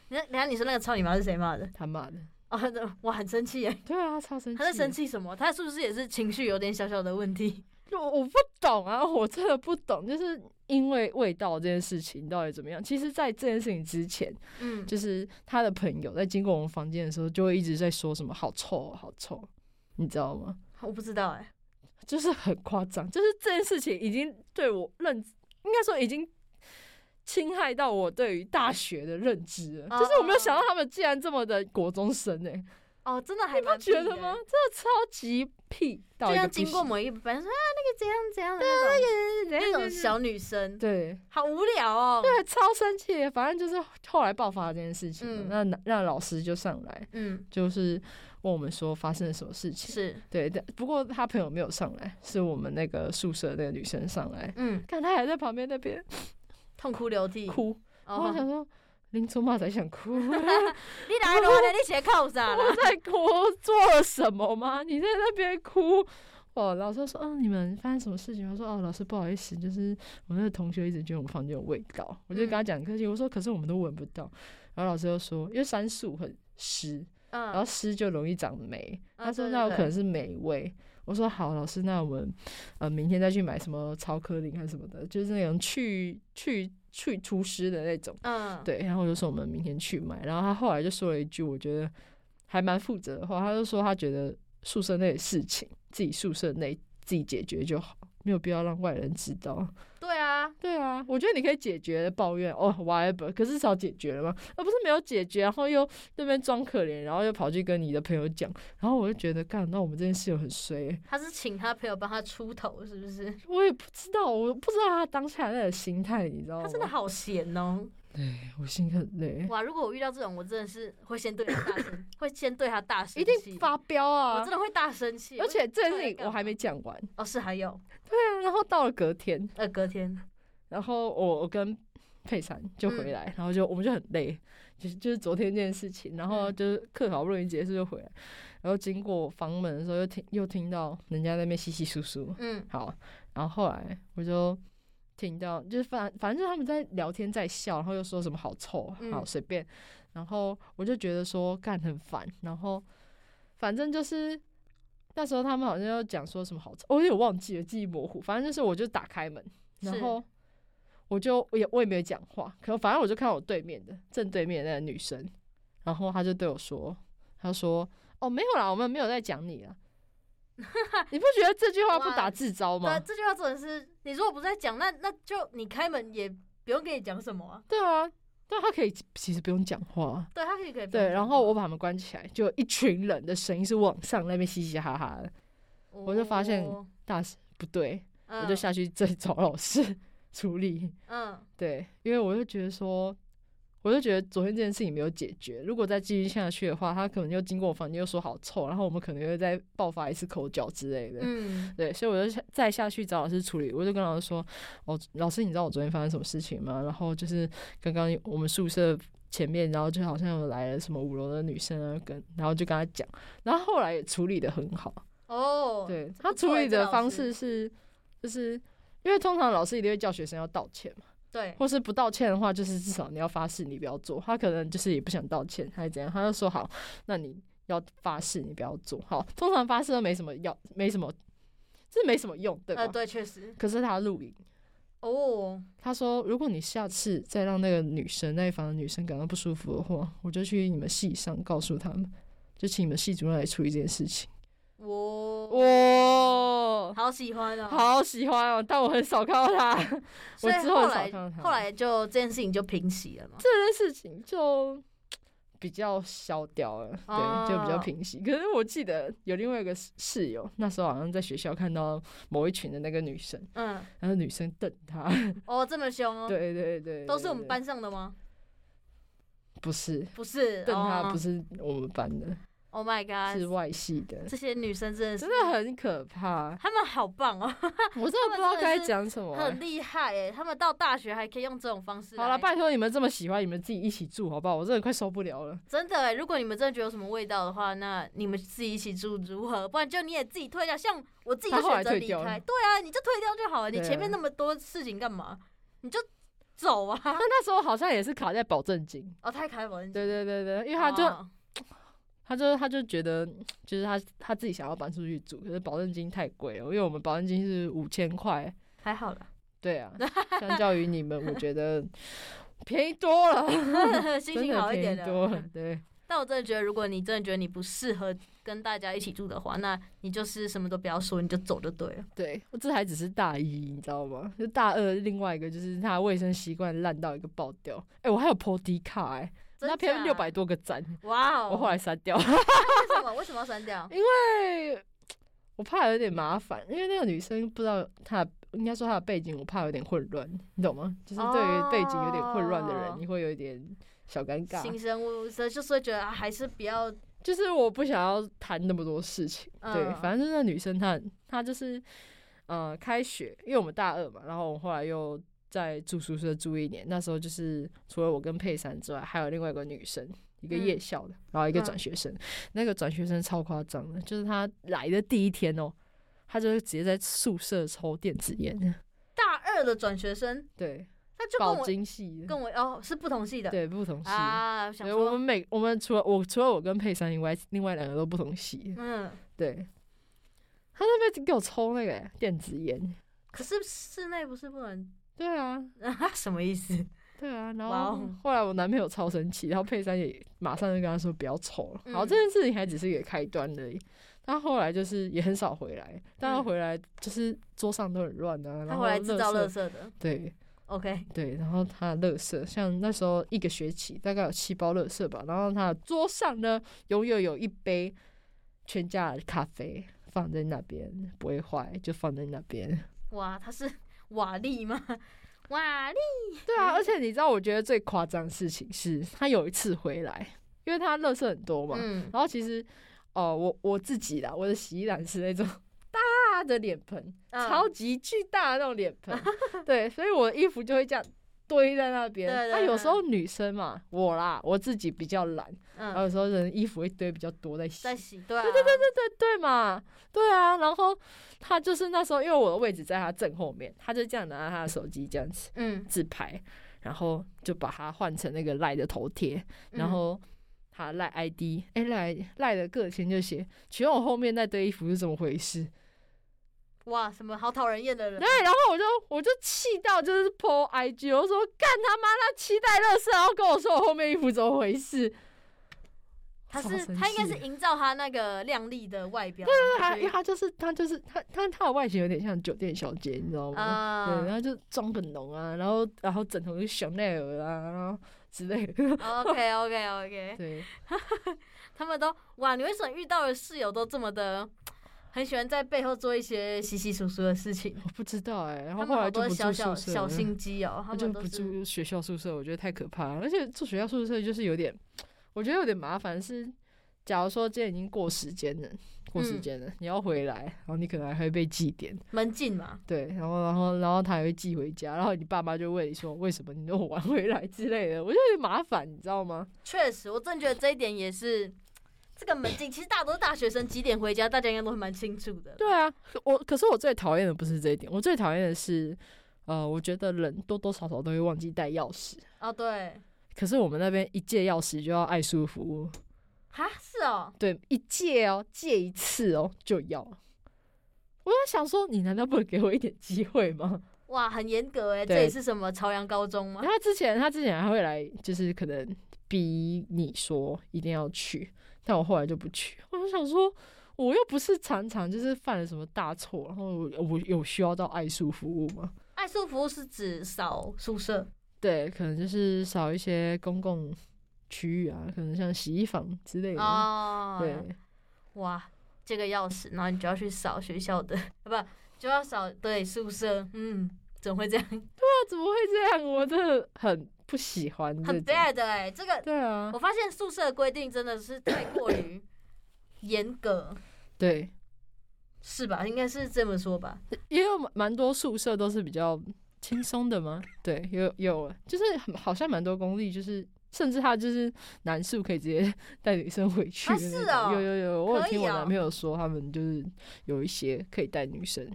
Speaker 1: 那等下你说那个操你妈是谁骂的？
Speaker 2: 他骂的，
Speaker 1: 啊，那我很生气耶，
Speaker 2: 对啊，他超生气，
Speaker 1: 他在生，气什么？他是不是也是情绪有点小小的 问题？
Speaker 2: 我我不懂啊，我真的不懂，就是因为味道这件事情到底怎么样？其实，在这件事情之前，
Speaker 1: 嗯，
Speaker 2: 就是他的朋友在经过我们房间的时候，就会一直在说什么“好臭哦，好臭”，你知道吗？
Speaker 1: 我不知道哎，
Speaker 2: 就是很夸张，就是这件事情已经对我认知，应该说已经侵害到我对于大学的认知了。
Speaker 1: 哦
Speaker 2: 就是我没有想到他们竟然这么的国中生呢、欸
Speaker 1: 哦，真的还蛮
Speaker 2: 觉
Speaker 1: 屁
Speaker 2: 得
Speaker 1: 的欸
Speaker 2: 吗？？真的超级屁到
Speaker 1: 就
Speaker 2: 一个
Speaker 1: 像
Speaker 2: 不行，啊
Speaker 1: 经过某一班说啊，那个怎样怎样的那种那种小女生，
Speaker 2: 对
Speaker 1: 好无聊哦。
Speaker 2: 对，超生气的。反正就是后来爆发了这件事情嘛，
Speaker 1: 嗯
Speaker 2: 那那那老师就上来，
Speaker 1: 嗯，
Speaker 2: 就是问我们说发生了什么事情。
Speaker 1: 是，
Speaker 2: 对，但不过他朋友没有上来，是我们那个宿舍那个女生上来，
Speaker 1: 嗯，
Speaker 2: 看她还在旁边那边
Speaker 1: 痛哭流涕。
Speaker 2: 哭，然后我想
Speaker 1: 哦，
Speaker 2: 说，林祖妈才想 哭，
Speaker 1: 你来了，来，你写啊扣啥了？
Speaker 2: 我在哭，做了什么吗？你在那边哭。哦，老师说，嗯、你们发生什么事情？我说，哦，老师不好意思，就是我那个同学一直觉得我们房间有味道，我就跟他讲客气，我说，可是我们都闻不到。然后老师又说，因为杉树很湿，然后
Speaker 1: 嗯，
Speaker 2: 湿就容易长霉。
Speaker 1: 啊
Speaker 2: 他说，
Speaker 1: 对对
Speaker 2: 那有
Speaker 1: 对
Speaker 2: 可能是霉味。我说好，老师，那我们呃明天再去买什么超颗林还是什么的，就是那种去去去除湿的那种。
Speaker 1: 嗯，，
Speaker 2: 对，然后我就说我们明天去买，然后他后来就说了一句我觉得还蛮负责的话，他就说他觉得宿舍内的事情自己宿舍内自己解决就好，没有必要让外人知道。
Speaker 1: 对啊，
Speaker 2: 对啊，我觉得你可以解决抱怨哦，whatever，可是至少解决了嘛，啊而不是没有解决，然后又那边装可怜，然后又跑去跟你的朋友讲，然后我就觉得，干，那我们这件事情很衰、欸
Speaker 1: 他是请他朋友帮他出头，是不是？
Speaker 2: 我也不知道，我不知道他当下那个心态，你知道吗？哎
Speaker 1: 他真的好闲哦！
Speaker 2: 我心很累，
Speaker 1: 哇，如果我遇到这种，我真的是会先对他大 声，会先对他大声，
Speaker 2: 一定，发飙
Speaker 1: 我
Speaker 2: 啊
Speaker 1: 真！的会大生气。
Speaker 2: 而且这件
Speaker 1: 到
Speaker 2: 事
Speaker 1: 底在
Speaker 2: 情
Speaker 1: 干
Speaker 2: 我
Speaker 1: 嘛
Speaker 2: 还没讲完，
Speaker 1: 哦，是还有
Speaker 2: 对 啊，然后到了隔天，
Speaker 1: 呃，隔天
Speaker 2: 然后我我跟佩珊就回来，然后就我们就很累，就是就是昨天这件事情，然后
Speaker 1: 嗯
Speaker 2: 就是课好不容易结束就回来，然后经过房门的时候又听又听到人家在那边稀稀疏疏，
Speaker 1: 嗯
Speaker 2: 好，然后后来我就听到就是反反正就是他们在聊天在笑，然后又说什么好臭
Speaker 1: 嗯
Speaker 2: 好随便，然后我就觉得说干很烦，然后反正就是。那时候他们好像要讲说什么好臭，我有点忘记了，记忆模糊。反正就是我就打开门，然
Speaker 1: 是
Speaker 2: 后我就我也我也没有讲话，可反正我就看到我对面的正对面的那个女生，然后她就对我说，她说：“哦，没有啦，我们没有在讲你啦。” 你不觉得这句话不
Speaker 1: 哇
Speaker 2: 打啊自招吗
Speaker 1: 对，？这句话真的是，你如果不是在讲，那那就你开门也不用跟你讲什么啊。
Speaker 2: 对啊，对，他可以其实不用讲话。
Speaker 1: 对他可以可以不用
Speaker 2: 对，
Speaker 1: 讲
Speaker 2: 然后
Speaker 1: 话
Speaker 2: 我把门关起来，就有一群人的声音是往上那边嘻嘻哈哈的，我就发现
Speaker 1: 哦嗯
Speaker 2: 大声不对，我
Speaker 1: 我
Speaker 2: 就下去再找老师 处理。
Speaker 1: 嗯
Speaker 2: 对，因为我就觉得说，我就觉得昨天这件事情没有解决，如果再继续下去的话，他可能又经过我房间又说好臭，然后我们可能又再爆发一次口角之类的。
Speaker 1: 嗯
Speaker 2: 对，所以我就下再下去找老师处理，我就跟老师说：“哦，老师，你知道我昨天发生什么事情吗？然后就是刚刚我们宿舍前面，然后就好像有来了什么五楼的女生啊，跟然后就跟他讲，然后后来也处理的很好。
Speaker 1: 哦，
Speaker 2: 对
Speaker 1: 这
Speaker 2: 他
Speaker 1: 不错
Speaker 2: 处
Speaker 1: 欸
Speaker 2: 理
Speaker 1: 这
Speaker 2: 的
Speaker 1: 老
Speaker 2: 方
Speaker 1: 师
Speaker 2: 式是，就是因为通常老师一定会叫学生要道歉嘛，
Speaker 1: 对，
Speaker 2: 或是不道歉的话，就是至少你要发誓你不要做。他可能就是也不想道歉还是怎样，他就说好，那你。”要发誓你不要做好，通常发誓都没什么要，没什么，这没什么用，对吧？
Speaker 1: 呃，对，确实
Speaker 2: 可是他录影，
Speaker 1: 哦，
Speaker 2: 他说如果你下次再让那个女生那一房的女生感到不舒服的话，我就去你们系上告诉他们，就请你们系主任来处理这件事情。
Speaker 1: 我
Speaker 2: 哇、
Speaker 1: 好喜欢哦，，
Speaker 2: 好喜欢哦，但我很少看到他这
Speaker 1: 所以
Speaker 2: 我之后
Speaker 1: 后
Speaker 2: 很少
Speaker 1: 来
Speaker 2: 看到他
Speaker 1: 后来就这件事情就平息了嘛，
Speaker 2: 件事情就。比较消掉了，
Speaker 1: 哦
Speaker 2: 对，就比较平息。可是我记得有另外一个室室友，那时候好像在学校看到某一群的那个女生，
Speaker 1: 嗯，
Speaker 2: 然后女生瞪他，
Speaker 1: 哦，这么凶哦，
Speaker 2: 对对对对，
Speaker 1: 都是我们
Speaker 2: 对，
Speaker 1: 班哦上的吗？
Speaker 2: 不是
Speaker 1: 不是，
Speaker 2: 瞪他，不
Speaker 1: 是
Speaker 2: 是我们班的，
Speaker 1: ，Oh my
Speaker 2: 是
Speaker 1: God，
Speaker 2: 外系的，
Speaker 1: 这些女生真的是。
Speaker 2: 真，的很可怕
Speaker 1: 她们好棒哦，
Speaker 2: 我真的不知道该讲什么欸、
Speaker 1: 很厉害哎，她们到大学还可以用这种方式来，
Speaker 2: 好了，拜托你们这么喜欢，你们自己一起住好不好？我真的快受不了了。
Speaker 1: 真的哎，如果你们真的觉得有什么味道的话，那你们自己一起住如何？不然就你也自己退掉，像我自己
Speaker 2: 他
Speaker 1: 就
Speaker 2: 后来
Speaker 1: 选择
Speaker 2: 退
Speaker 1: 离
Speaker 2: 掉
Speaker 1: 开，
Speaker 2: 了
Speaker 1: 对啊，你就退掉就好了。你
Speaker 2: 对啊
Speaker 1: 前面那么多事情干嘛？你就走啊！
Speaker 2: 但 那时候好像也是卡在保证金。
Speaker 1: 哦，太开门，
Speaker 2: 对对对对，因为
Speaker 1: 哦，
Speaker 2: 他就、他就他就觉得，就是他他自己想要搬出去住，可是保证金太贵了，因为我们保证金是五千块。
Speaker 1: 还 好啦，
Speaker 2: 对啊，相较于你们，我觉得便宜多了，
Speaker 1: 心
Speaker 2: 真
Speaker 1: 情
Speaker 2: 的
Speaker 1: 好一
Speaker 2: 便
Speaker 1: 点
Speaker 2: 宜多了
Speaker 1: 了。。
Speaker 2: 对，
Speaker 1: 但我真的觉得，如果你真的觉得你不适合跟大家一起住的话，那你就是什么都不要说，你就走就对了。
Speaker 2: 对，我这还只是大一，你知道吗？就大二，另外一个就是他卫生习惯烂到一个爆掉。哎、我还有 p 迪卡哎、
Speaker 1: 真
Speaker 2: 那篇
Speaker 1: 假
Speaker 2: 六百，多个赞，
Speaker 1: 哇哦！
Speaker 2: 我后来删掉，
Speaker 1: 为什么为什么要删 掉？
Speaker 2: 因为我怕有点麻烦，因为那个女生不知道她的，应该说她的背景，我怕有点混乱，你懂吗？就是对于背景有点混乱的人，
Speaker 1: 哦
Speaker 2: 你会有一点小尴
Speaker 1: 新
Speaker 2: 尬。
Speaker 1: 生物就是会觉得啊还是不要
Speaker 2: 就是我不想要谈那么多事情，对，
Speaker 1: 嗯
Speaker 2: 反正就是那女生她她就是，呃，开学，因为我们大二嘛，然后我后来又在住宿舍住一年，那时候就是除了我跟佩珊之外，还有另外一个女生，一个
Speaker 1: 嗯
Speaker 2: 夜校的，然后一个
Speaker 1: 嗯
Speaker 2: 转学生，那个转学生超夸张的，就是她来的第一天哦，她就是直接在宿舍抽电子烟，
Speaker 1: 大二的转学生，
Speaker 2: 对，
Speaker 1: 他就跟
Speaker 2: 保
Speaker 1: 我
Speaker 2: 精系的，
Speaker 1: 跟我哦是不同系的
Speaker 2: 对，不同系。
Speaker 1: 啊，想
Speaker 2: 对，我
Speaker 1: 说
Speaker 2: 们每我们除了我除了我跟佩珊以外，另外两个都不同系。
Speaker 1: 嗯，
Speaker 2: 对，他那边给我抽那个欸电子烟。
Speaker 1: 可是室内不是不能
Speaker 2: 对啊，
Speaker 1: 啊？什么意思？
Speaker 2: 对啊，然
Speaker 1: 哇
Speaker 2: 后
Speaker 1: 哦
Speaker 2: 后来我男朋友超生气，然后佩珊也马上就跟他说不要抽了。然后
Speaker 1: 嗯
Speaker 2: 这件事情还只是一个开端而已，他后来就是也很少回来，但他
Speaker 1: 嗯
Speaker 2: 回来就是桌上都很乱啊，
Speaker 1: 他
Speaker 2: 然后
Speaker 1: 回来制造
Speaker 2: 垃
Speaker 1: 垃
Speaker 2: 圾
Speaker 1: 圾的。
Speaker 2: 对
Speaker 1: OK，
Speaker 2: 对，然后他乐色，像那时候一个学期大概有七包乐色吧，然后他的桌上呢永远有一杯全家的咖啡放在那边，不会坏，就放在那边。
Speaker 1: 哇，他是 瓦力吗？瓦力
Speaker 2: 对
Speaker 1: 嗯
Speaker 2: 啊，而且你知道，我觉得最夸张的事情是他有一次回来，因为他乐色很多嘛，
Speaker 1: 嗯，
Speaker 2: 然后其实哦、我我自己啦，我的洗衣篮是那种大的脸盆，
Speaker 1: 嗯
Speaker 2: 超级巨大的那种脸 盆，对，所以我的衣服就会这样。堆在那边，
Speaker 1: 对对
Speaker 2: 那有时
Speaker 1: 对
Speaker 2: 候女生嘛，我啦，我自己比较懒，然后
Speaker 1: 嗯，
Speaker 2: 有时候人衣服会堆比较多在洗，
Speaker 1: 在洗，对啊，对对对对，
Speaker 2: 呃对嘛，对啊，然后她就是那时候，因为我的位置在她正后面，她就这样拿着她的手机这样子，
Speaker 1: 嗯，
Speaker 2: 自拍，然后就把它换成那个赖的头贴，然后他赖 ID，哎赖赖的个签就写，请问我后面那堆衣服是怎么回事？
Speaker 1: 哇，什么好讨人厌的 人
Speaker 2: 对，，然后我就我就气到就是 po IG，我说干他妈他期待乐色，然后跟我说我后面衣服怎么回事？
Speaker 1: 他
Speaker 2: 超
Speaker 1: 是
Speaker 2: 生
Speaker 1: 他应该
Speaker 2: 气
Speaker 1: 是营造他那个靓丽的外表，
Speaker 2: 对他，因为
Speaker 1: 对
Speaker 2: 他就是他就是他他他的外形有点像酒店小姐，你知道吗？对，然
Speaker 1: 啊
Speaker 2: 后就妆很浓啊，然后然后枕头是香奈儿啊，然后之类的，
Speaker 1: ，OK OK OK，
Speaker 2: 对。
Speaker 1: 他们都哇，你为什么遇到的室友都这么的，很喜欢在背后做一些稀稀疏疏的事情？
Speaker 2: 我不知道哎、然
Speaker 1: 他
Speaker 2: 后
Speaker 1: 们
Speaker 2: 后
Speaker 1: 好
Speaker 2: 来就
Speaker 1: 多
Speaker 2: 不住
Speaker 1: 小
Speaker 2: 宿舍
Speaker 1: 小
Speaker 2: 了，
Speaker 1: 小心机哦，他
Speaker 2: 我就
Speaker 1: 们都
Speaker 2: 不
Speaker 1: 是
Speaker 2: 住学校宿舍，我觉得太可怕了。而且住学校宿舍就是有点，我觉得有点麻烦。是，假如说今天已经过时间了，过时
Speaker 1: 嗯
Speaker 2: 间了，你要回来，然后你可能还会被记点，
Speaker 1: 门禁嘛，
Speaker 2: 对，然后然后然后他还会寄回家，然后你爸妈就问你说为什么你那么晚回来之类的，我就有点麻烦，你知道吗？
Speaker 1: 确实，我真的觉得这一点也是这个门禁。其实大多大学生几点回家，大家应该都会蛮清楚的。
Speaker 2: 对啊，可我可是我最讨厌的不是这一点，我最讨厌的是，呃，我觉得人多多少少都会忘记带钥匙。
Speaker 1: 哦，对，
Speaker 2: 可是我们那边一借钥匙就要爱舒服务，
Speaker 1: 哈，是哦，
Speaker 2: 对，一借哦，借一次哦就要。我在想说，你难道不能给我一点机会吗？
Speaker 1: 哇，很严格哎，这
Speaker 2: 对
Speaker 1: 也是什么朝阳高中吗？
Speaker 2: 他之前他之前还会来，就是可能逼你说一定要去，但我后来就不去。我就想说，我又不是常常就是犯了什么大错，然后我我有需要到爱舒服务吗？
Speaker 1: 爱宿服务是指扫宿舍
Speaker 2: 对，可能就是少一些公共区域啊，可能像洗衣房之类的。
Speaker 1: 哦，
Speaker 2: 对，
Speaker 1: 哇，这个钥匙，然后你就要去扫学校的， 不就要扫对宿舍，嗯，怎么会这样？
Speaker 2: 那怎么会这样？我真的很不喜欢这
Speaker 1: 很
Speaker 2: 种。
Speaker 1: bad 哎，这个
Speaker 2: 对啊，
Speaker 1: 我发现宿舍的规定真的是太过于严格，
Speaker 2: 对，
Speaker 1: 是吧？应该是这么说吧。
Speaker 2: 也有蛮蛮多宿舍都是比较轻松的吗？对，有有，就是很好像蛮多公立，就是甚至他就是男宿可以直接带女生回去
Speaker 1: 啊
Speaker 2: 的那
Speaker 1: 是
Speaker 2: 种
Speaker 1: 哦
Speaker 2: 有有有，我有
Speaker 1: 可以
Speaker 2: 听我
Speaker 1: 哦
Speaker 2: 男朋友说，他们就是有一些可以带女生，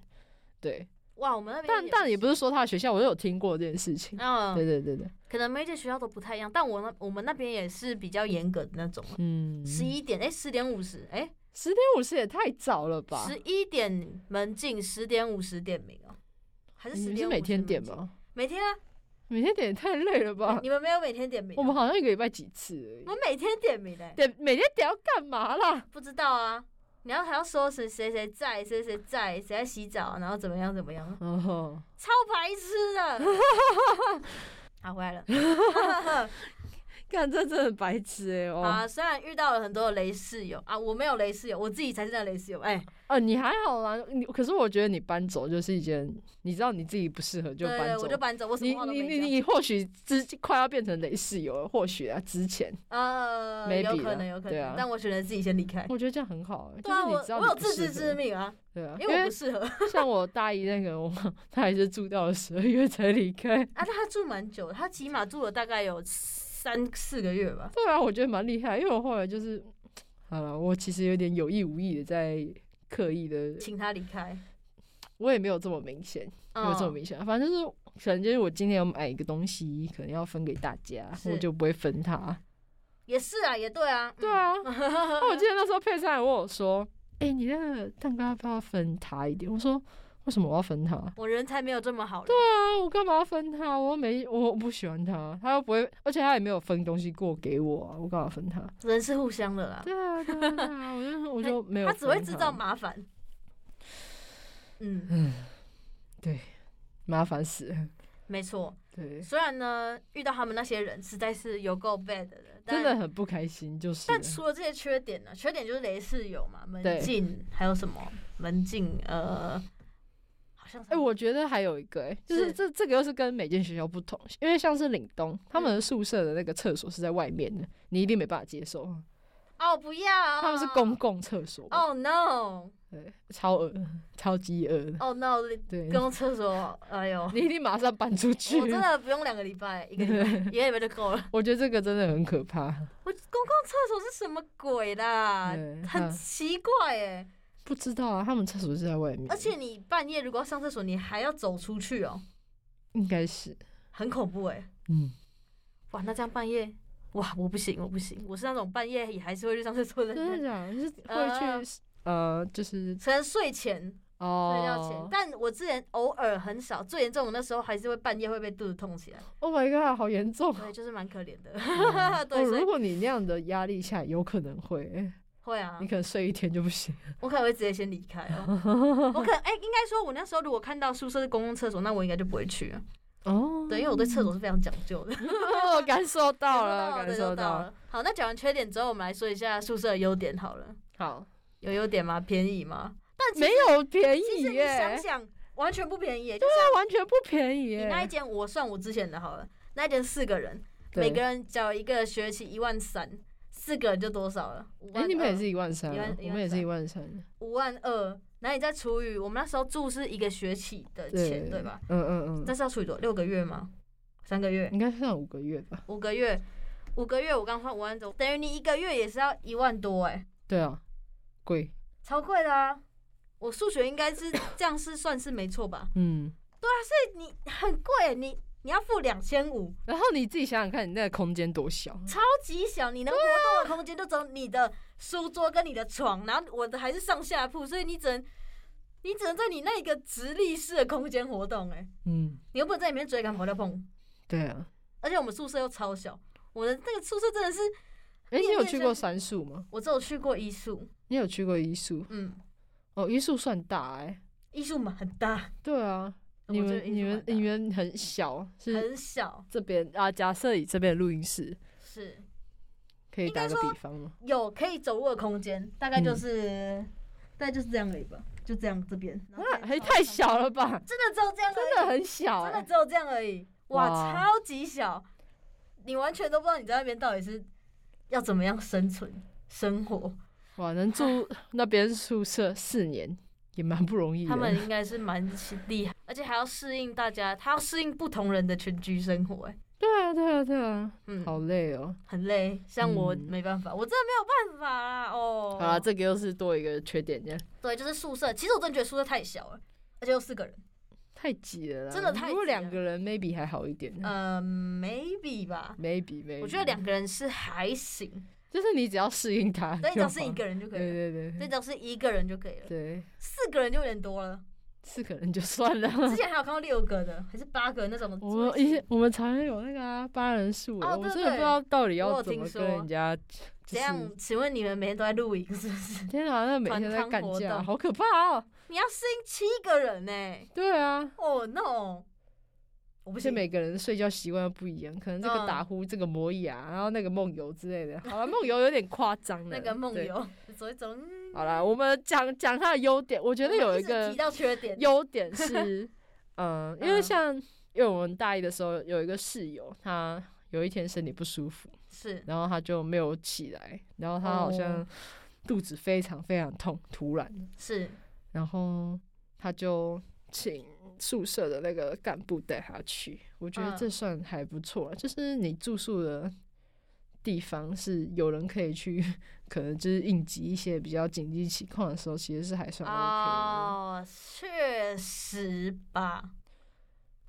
Speaker 2: 对，
Speaker 1: 哇，我们那边
Speaker 2: 但但也不是说他的学校，我有听过这件事情。对
Speaker 1: 啊嗯，
Speaker 2: 对对对，
Speaker 1: 可能每间学校都不太一样，但我那我们那边也是比较严格的那种，
Speaker 2: 嗯，
Speaker 1: 十一点哎，十点五十哎，
Speaker 2: 十点五十也太早了吧？
Speaker 1: 十一点门禁，十点五十点名哦，还是
Speaker 2: 你
Speaker 1: 十
Speaker 2: 们
Speaker 1: 点？
Speaker 2: 是每天点？吗？
Speaker 1: 每天啊，
Speaker 2: 每天点也太累了吧？
Speaker 1: 你们没有每天点名啊？
Speaker 2: 我们好像一个礼拜几次而已
Speaker 1: 我们每天点名哎，
Speaker 2: 点每天点要干嘛啦？
Speaker 1: 不知道啊。你要还要说谁谁谁在，谁谁在，谁在洗澡，然后怎么样怎么样，
Speaker 2: 哦 吼。
Speaker 1: 超白痴的。 好，回来了。
Speaker 2: 干这真的很白痴哎、欸！
Speaker 1: 好
Speaker 2: 哦、
Speaker 1: 啊，虽然遇到了很多的雷室友啊，我没有雷室友，我自己才是那雷室友。哎、
Speaker 2: 呃，你还好啦，你可是我觉得你搬走就是一件，你知道你自己不适合就
Speaker 1: 对
Speaker 2: 搬
Speaker 1: 对，
Speaker 2: 走。
Speaker 1: 我就搬走，我什
Speaker 2: 你
Speaker 1: 么话都
Speaker 2: 你
Speaker 1: 没
Speaker 2: 你
Speaker 1: 讲。
Speaker 2: 你或许之快要变成雷室友了，或许啊之前，
Speaker 1: 呃，
Speaker 2: Maybe
Speaker 1: 有可
Speaker 2: 啦
Speaker 1: 能，有可
Speaker 2: 对
Speaker 1: 能，
Speaker 2: 啊
Speaker 1: 但我选择自己先离开。
Speaker 2: 我觉得这样很好、欸。
Speaker 1: 对啊，
Speaker 2: 就是
Speaker 1: 我
Speaker 2: 你知道
Speaker 1: 我有
Speaker 2: 你不
Speaker 1: 自知
Speaker 2: 适合
Speaker 1: 之。明啊，
Speaker 2: 对啊，
Speaker 1: 因
Speaker 2: 因
Speaker 1: 为我
Speaker 2: 为
Speaker 1: 不适合啊。
Speaker 2: 像我大一那个，我他还是住到了十二月才离开。
Speaker 1: 但他住蛮久的，他起码住了大概有三四个月吧。
Speaker 2: 对啊，我觉得蛮厉害，因为我后来就是，好了，我其实有点有意无意的在刻意的，
Speaker 1: 请他离开，
Speaker 2: 我也没有这么明显。没有
Speaker 1: 嗯
Speaker 2: 这么明显啊，反正就是可能就是我今天要买一个东西，可能要分给大家，
Speaker 1: 是嗯
Speaker 2: 我就不会分他。
Speaker 1: 也是啊，也对啊，
Speaker 2: 对 啊，那我记得那时候佩珊还问我说：“哎、你那个蛋糕要不要分他一点？”我说：“为什么我要分他？
Speaker 1: 我人才没有这么好了。
Speaker 2: 啊，我干嘛要分他？我又没，我不喜欢他，他又不会，而且他也没有分东西过给我啊，我干嘛分他？
Speaker 1: 人是互相的啦，
Speaker 2: 对啊，对啊，对啊，我就 我就没有
Speaker 1: 哎
Speaker 2: 分，
Speaker 1: 他只会制造麻烦。嗯，
Speaker 2: 麻烦死了。
Speaker 1: 没错。
Speaker 2: 对，
Speaker 1: 虽然呢，遇到他们那些人实在是有够 bad 的，但
Speaker 2: 真的很不开心，就是了。
Speaker 1: 但除了这些缺点呢，缺点就是雷室友嘛，门
Speaker 2: 对
Speaker 1: 禁，还有什么门禁？呃，好像是
Speaker 2: 哎、我觉得还有一个、哎，就是
Speaker 1: 是
Speaker 2: 这这个又是跟每间学校不同，因为像是岭东，他
Speaker 1: 嗯
Speaker 2: 们的宿舍的那个厕所是在外面的，你一定没办法接受，
Speaker 1: 哦，不要，
Speaker 2: 他们是公共厕所，
Speaker 1: 哦 no，
Speaker 2: 对，超恶，超级恶的，
Speaker 1: 哦 no，
Speaker 2: 对
Speaker 1: 公，共厕所，哎 呦，
Speaker 2: 你一定马上搬出去。
Speaker 1: 我真的不用两个礼拜，一 个礼拜，一个礼拜就够了。
Speaker 2: 我觉得这个真的很可怕，
Speaker 1: 我公共厕所是什么鬼啦？
Speaker 2: 对
Speaker 1: 很
Speaker 2: 啊
Speaker 1: 奇怪哎、
Speaker 2: 不知道啊，他们厕所是在外面，
Speaker 1: 而且你半夜如果要上厕所，你还要走出去哦，
Speaker 2: 应该是，
Speaker 1: 很恐怖哎、
Speaker 2: 嗯，
Speaker 1: 哇，那这样半夜，哇，我不行，我不行，我是那种半夜也还是会去上厕所的
Speaker 2: 真
Speaker 1: 人，
Speaker 2: 的假的？你是
Speaker 1: 呃
Speaker 2: 会去呃，就是
Speaker 1: 虽然睡前睡觉前，
Speaker 2: 哦
Speaker 1: 但我之前偶尔很少，最严重的那时候还是会半夜会被肚子痛起来，
Speaker 2: ，Oh my god，好严重。
Speaker 1: 对，就是蛮可怜的。 对，
Speaker 2: 哦，
Speaker 1: 所以
Speaker 2: 如果你那样的压力下，有可能会、哎
Speaker 1: 会啊
Speaker 2: 你，可能睡一天就不行。
Speaker 1: 我可能会直接先离开 哦。我可哎、应该说，我那时候如果看到宿舍是公共厕所，那我应该就不会去了。
Speaker 2: 哦，
Speaker 1: 对，因为我对厕所是非常讲 究的。
Speaker 2: 我感受到了，
Speaker 1: 对
Speaker 2: 感
Speaker 1: 受
Speaker 2: 受
Speaker 1: 到
Speaker 2: 了。
Speaker 1: 了。好，那讲完缺点之后，我们来说一下宿舍的优点好了。
Speaker 2: 好，
Speaker 1: 有优点吗？便宜吗？
Speaker 2: 没有便
Speaker 1: 其
Speaker 2: 宜
Speaker 1: 实你
Speaker 2: 耶，
Speaker 1: 想
Speaker 2: 它
Speaker 1: 想，完全不便宜耶。就是
Speaker 2: 完全不便宜
Speaker 1: 你那一
Speaker 2: 耶。
Speaker 1: 间，我算我之前的好了，那一间四个人，
Speaker 2: 对
Speaker 1: 每个人缴一个学期一万三，四个人就多少了？五
Speaker 2: 哎，
Speaker 1: 万
Speaker 2: 你们也
Speaker 1: 二，
Speaker 2: 是一万三
Speaker 1: 一万
Speaker 2: 啊，
Speaker 1: 一万
Speaker 2: 我们也是
Speaker 1: 三
Speaker 2: 一万三。
Speaker 1: 五万二，然后你再除以我们那时候住是一个学期的钱，对吧？？
Speaker 2: 嗯嗯嗯，
Speaker 1: 但是要除以多六个月吗？三个月？
Speaker 2: 应该算五个月吧？
Speaker 1: 五个月？五个月我刚算五万多，等于你一个月也是要一万多哎、
Speaker 2: 对啊，贵。
Speaker 1: 超贵的啊！我数学应该是这样是算是没错吧？
Speaker 2: 嗯，
Speaker 1: 对，你很贵，欸你你要付两千五，
Speaker 2: 然后你自己想想看，你那个空间多小。
Speaker 1: 超级小，你能活动的空间就只有你的书桌跟你的床，然后我的还是上下铺，所以你只能你只能在你那一个直立式的空间活动、欸，哎，
Speaker 2: 嗯，
Speaker 1: 你又不能在里面追赶跑跳碰，
Speaker 2: 对啊。
Speaker 1: 而且我们宿舍又超小，我的那个宿舍真的是
Speaker 2: 哎，你
Speaker 1: 面
Speaker 2: 有
Speaker 1: 面
Speaker 2: 去
Speaker 1: 相
Speaker 2: 过三宿吗？
Speaker 1: 我只有去过一宿，
Speaker 2: 你有去过一宿？
Speaker 1: 嗯，
Speaker 2: 哦，一宿算大哎。
Speaker 1: 一宿嘛很大，
Speaker 2: 对啊，你
Speaker 1: 我觉得
Speaker 2: 们
Speaker 1: 一宿
Speaker 2: 你们
Speaker 1: 蛮大
Speaker 2: 你们很小，是
Speaker 1: 很小
Speaker 2: 这边啊？假设以这边的录音室，
Speaker 1: 是。
Speaker 2: 可以
Speaker 1: 应该
Speaker 2: 打个
Speaker 1: 说
Speaker 2: 比方吗？
Speaker 1: 有可以走路的空间，大概就是、大概就是这样而已吧，就这样这边。然后这
Speaker 2: 啊，
Speaker 1: 边
Speaker 2: 嗯还
Speaker 1: 超
Speaker 2: 太
Speaker 1: 长，
Speaker 2: 小了吧？
Speaker 1: 真的只哎有这样而已，
Speaker 2: 真的很小、
Speaker 1: 真的
Speaker 2: 欸，
Speaker 1: 只有这样而已。哇，
Speaker 2: 哇
Speaker 1: 超级小，你完全都不知道你在那边到底是要怎么样生存生活。
Speaker 2: 哇，能 住那边宿舍四年也蛮不容易的。
Speaker 1: 他们应该是蛮厉害，而且还要适应大家，他要适应不同人的群居生活、哎，
Speaker 2: 对啊，对啊，对啊，
Speaker 1: 嗯，
Speaker 2: 好累哦。
Speaker 1: 很累。像我
Speaker 2: 嗯
Speaker 1: 没办法，我真的没有办法啦。哦，
Speaker 2: 好啦，这个又是多一个缺点，这样
Speaker 1: 对，就是宿舍。其实我真的觉得宿舍太小了，而且有四个人。
Speaker 2: 太挤了啦。
Speaker 1: 真的太
Speaker 2: 如果
Speaker 1: 挤了
Speaker 2: 两个人 maybe 还好一点、
Speaker 1: 呃，maybe 吧，
Speaker 2: m a y b e 嗯 maybe。
Speaker 1: 我觉得两个人是还行，
Speaker 2: 就是你只要适应他就好，
Speaker 1: 所以只要是一个人就可
Speaker 2: 对，
Speaker 1: 以
Speaker 2: 对
Speaker 1: 了，
Speaker 2: 对
Speaker 1: 所以
Speaker 2: 对
Speaker 1: 只要是一个人就可以了，
Speaker 2: 对，
Speaker 1: 四个人就有点多了。
Speaker 2: 四个人就算 了。
Speaker 1: 之前还有看到六个的，还是八个那种。
Speaker 2: 我们以前我们常常有那个啊八人宿欸，
Speaker 1: 哦
Speaker 2: 我
Speaker 1: 对
Speaker 2: 真的不
Speaker 1: 对
Speaker 2: 知道到底要
Speaker 1: 我有
Speaker 2: 怎
Speaker 1: 听
Speaker 2: 么
Speaker 1: 说
Speaker 2: 跟人家就
Speaker 1: 怎
Speaker 2: 是。
Speaker 1: 样？请问你们每天都在露营是不是？
Speaker 2: 天啊，那每
Speaker 1: 团
Speaker 2: 天在
Speaker 1: 康
Speaker 2: 干
Speaker 1: 活
Speaker 2: 架，
Speaker 1: 动
Speaker 2: 好可怕哦！
Speaker 1: 你要适应七个人呢、
Speaker 2: 对啊，
Speaker 1: 哦、no，我不
Speaker 2: 而且
Speaker 1: 行。
Speaker 2: 每个人睡觉习惯不一样，可能这
Speaker 1: 嗯
Speaker 2: 个打呼，这个磨牙，然后那个梦游之类 的。好了，梦游有点夸张了。
Speaker 1: 那个梦
Speaker 2: 对。
Speaker 1: 游 走一走，嗯
Speaker 2: 好了，我们讲讲它的优点。我觉得
Speaker 1: 我
Speaker 2: 有
Speaker 1: 们
Speaker 2: 一
Speaker 1: 直
Speaker 2: 个
Speaker 1: 提到缺 点，
Speaker 2: 优点 是，嗯，因为
Speaker 1: 嗯
Speaker 2: 像因为我们大一的时候有一个室友，他有一天身体不舒服，
Speaker 1: 是
Speaker 2: 然后他就没有起来，然后他好像
Speaker 1: 哦
Speaker 2: 肚子非常非常痛，突然，
Speaker 1: 是
Speaker 2: 然后他就请宿舍的那个干部带他去，我觉得
Speaker 1: 嗯
Speaker 2: 这算还不错啊、就是你住宿的地方是有人可以去， 可能就是应急一些比较紧急情况的时候，其实是还算 OK
Speaker 1: 哦，确实吧。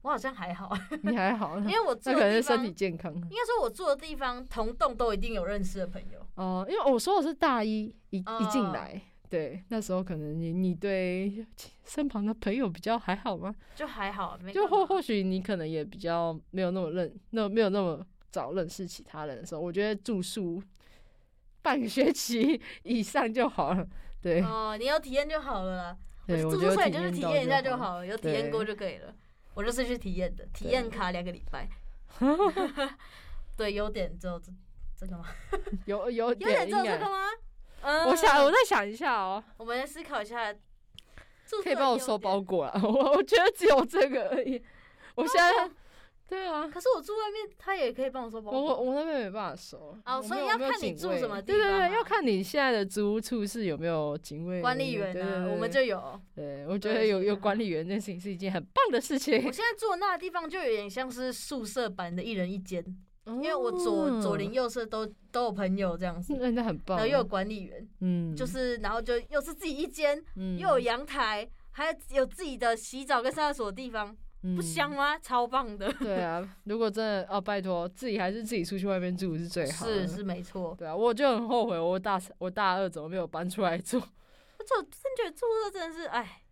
Speaker 1: 我好像 还好，
Speaker 2: 的。你还好，
Speaker 1: 因
Speaker 2: 那
Speaker 1: 为我住
Speaker 2: 可能
Speaker 1: 的地
Speaker 2: 是
Speaker 1: 方
Speaker 2: 身体健康啊
Speaker 1: 应该说，我住的地方同栋都一定有认识的朋友。
Speaker 2: 哦、因为我说的是大一一、一进
Speaker 1: 哦
Speaker 2: 来，对，那时候可能你你对身旁的朋友比较还好吗？
Speaker 1: 就还好，没
Speaker 2: 就
Speaker 1: 干嘛
Speaker 2: 或或许你可能也比较没有那么认，那没有那么早认识其他人的时候，我觉得住宿半个学期以上就好了。对，
Speaker 1: 哦，你有体验就好了啦。
Speaker 2: 对，我
Speaker 1: 住
Speaker 2: 觉
Speaker 1: 宿
Speaker 2: 得
Speaker 1: 舍
Speaker 2: 体
Speaker 1: 你就是体
Speaker 2: 到
Speaker 1: 验一下
Speaker 2: 就
Speaker 1: 就
Speaker 2: 了。
Speaker 1: 好了，有体验过就可以了。我就是去体验的，体验卡两个礼 拜。对，有点只有这这个吗？
Speaker 2: 有有
Speaker 1: 有点
Speaker 2: 点
Speaker 1: 只
Speaker 2: 应
Speaker 1: 有这
Speaker 2: 该
Speaker 1: 个，吗？嗯，
Speaker 2: 我想我再想一下哦，
Speaker 1: 我们来思考一下，住
Speaker 2: 可以
Speaker 1: 宿
Speaker 2: 帮我
Speaker 1: 优
Speaker 2: 收
Speaker 1: 点
Speaker 2: 包。裹了。我我觉得只有这个而已。我
Speaker 1: 哦
Speaker 2: 现在对啊，
Speaker 1: 可是我住外面，他也可以帮我收包
Speaker 2: 我
Speaker 1: 裹。
Speaker 2: 我我那边没办法收。
Speaker 1: 哦
Speaker 2: 我
Speaker 1: 所
Speaker 2: 没
Speaker 1: 以
Speaker 2: 有
Speaker 1: 要
Speaker 2: 没有
Speaker 1: 看你
Speaker 2: 警
Speaker 1: 住
Speaker 2: 卫
Speaker 1: 什么地
Speaker 2: 对对
Speaker 1: 方
Speaker 2: 对，要
Speaker 1: 啊
Speaker 2: 看你现在的租屋处是有没有警卫
Speaker 1: 管
Speaker 2: 人
Speaker 1: 理
Speaker 2: 员
Speaker 1: 员
Speaker 2: 对
Speaker 1: 啊，
Speaker 2: 对
Speaker 1: 我们
Speaker 2: 对
Speaker 1: 就有。
Speaker 2: 对，我觉
Speaker 1: 对
Speaker 2: 得有
Speaker 1: 是
Speaker 2: 有
Speaker 1: 的
Speaker 2: 管理员这件事情是一件很棒的事情
Speaker 1: 我。现在住的那个地方就有点像是宿舍版的一人一间，
Speaker 2: 因
Speaker 1: 因为我左左邻右舍都都有朋友这样子，
Speaker 2: 那那哦很
Speaker 1: 然
Speaker 2: 棒啊
Speaker 1: 后，又有管理员，
Speaker 2: 嗯，
Speaker 1: 就是然后就又是自己一间，
Speaker 2: 嗯
Speaker 1: 又有阳台，还有自己的洗澡跟上厕所的地方，不香。
Speaker 2: 嗯
Speaker 1: 吗？超棒的，
Speaker 2: 对 啊，如果真的哦，拜托，自己还是自己出去外面住是最好的。
Speaker 1: 是是没错。
Speaker 2: 对啊，我就很后悔，我大三我大二怎么没有搬出来住，
Speaker 1: 我就真觉得住宿舍真的是，哎，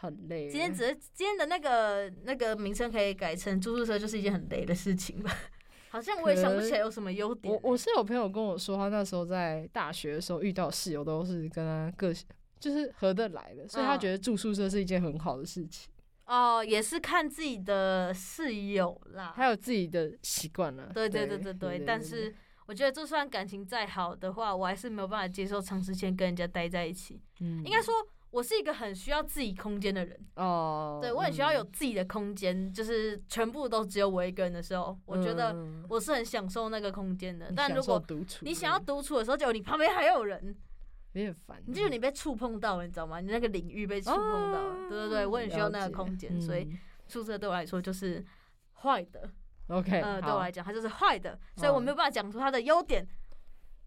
Speaker 2: 很累。
Speaker 1: 今天只是今天的那个那个名称可以改成住宿舍，就是一件很累的事情吧。 好像我也想不起来有什么优点
Speaker 2: 我。我是有朋友跟我说，他那时候在大学的时候遇到室友都是跟他个性就是合得来的，所以他
Speaker 1: 嗯
Speaker 2: 觉得住宿舍是一件很好的事情，
Speaker 1: 哦，也是看自己的室友啦。
Speaker 2: 还有自己的习惯了。
Speaker 1: 对对
Speaker 2: 对
Speaker 1: 对对对，但是我觉得就算感情再好的话，我还是没有办法接受长时间跟人家待在一起。
Speaker 2: 应
Speaker 1: 应该说，我是一个很需要自己空间的人，
Speaker 2: 哦，
Speaker 1: 对我很需要
Speaker 2: 嗯
Speaker 1: 有自己的空间，就是全部都只有我一个人的时候，我觉得
Speaker 2: 嗯
Speaker 1: 我是很享受那个空间的。
Speaker 2: 你
Speaker 1: 但
Speaker 2: 享
Speaker 1: 如
Speaker 2: 受
Speaker 1: 果
Speaker 2: 独处，
Speaker 1: 你想要独处的时候，就你旁边还有人，
Speaker 2: 有点烦，
Speaker 1: 你就有你被触碰到了，你知道吗？你那个领域被触碰到了，
Speaker 2: 哦
Speaker 1: 对对对，我很需要那
Speaker 2: 了
Speaker 1: 个
Speaker 2: 解
Speaker 1: 空间，所以
Speaker 2: 嗯
Speaker 1: 宿舍对我来说就是坏的。
Speaker 2: OK，
Speaker 1: 呃，对
Speaker 2: 好
Speaker 1: 我来讲，它就是坏的，所以我
Speaker 2: 嗯
Speaker 1: 没有办法讲出它的优点。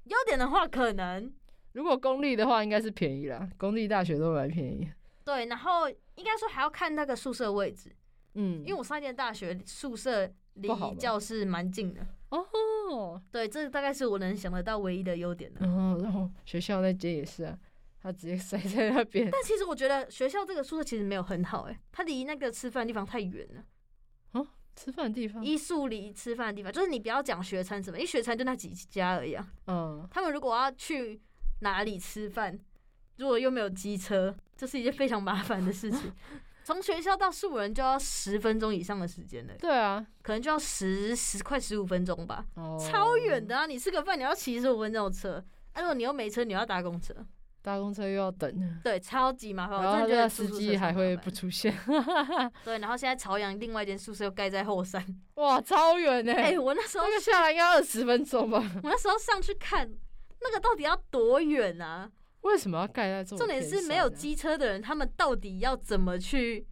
Speaker 1: 优点的话，可能
Speaker 2: 如果公立的话，应该是便宜啦，公立大学都蛮便宜。
Speaker 1: 对，然后应该说还要看那个宿舍位置，
Speaker 2: 嗯，
Speaker 1: 因为我上一间大学宿舍离
Speaker 2: 不好吗
Speaker 1: 教室蛮近的。
Speaker 2: 哦，
Speaker 1: 对，这大概是我能想得到唯一的优点了。
Speaker 2: 然后然后学校那间也是啊，他直接塞在那边
Speaker 1: 但其实我觉得学校这个宿舍其实没有很好、欸，它离那个吃饭的地方太远了。
Speaker 2: 吃饭的地方，
Speaker 1: 医宿离吃饭的地方，就是你不要讲学餐什么，因为学餐就那几家而已啊。
Speaker 2: 嗯，
Speaker 1: 他们如果要去哪里吃饭，如果又没有机车，这是一件非常麻烦的 事情。从学校到树人就要十分钟以上的时间了，
Speaker 2: 对啊，
Speaker 1: 可能就要十十快十五分钟吧，
Speaker 2: 哦，
Speaker 1: 超远，的啊！你吃个饭你要骑十五分钟的车，啊，如果你又没车，你要搭公车，
Speaker 2: 搭公车又要等，
Speaker 1: 对，超级麻烦。
Speaker 2: 然
Speaker 1: 我真
Speaker 2: 后
Speaker 1: 哦的觉
Speaker 2: 那
Speaker 1: 得
Speaker 2: 司
Speaker 1: 住宿舍
Speaker 2: 机还
Speaker 1: 超麻
Speaker 2: 会
Speaker 1: 烦
Speaker 2: 不出现，
Speaker 1: 对，然后现在朝阳另外一间宿舍又盖在 后山，
Speaker 2: 哇，超远呢，
Speaker 1: 哎、我那时候
Speaker 2: 那个下来应该二十分钟吧？
Speaker 1: 我那时候上去看，那个到底要多远啊？
Speaker 2: 为什么要盖在这种
Speaker 1: 重
Speaker 2: 偏
Speaker 1: 点
Speaker 2: 山啊？
Speaker 1: 是没有机车的人，他们到底要怎么去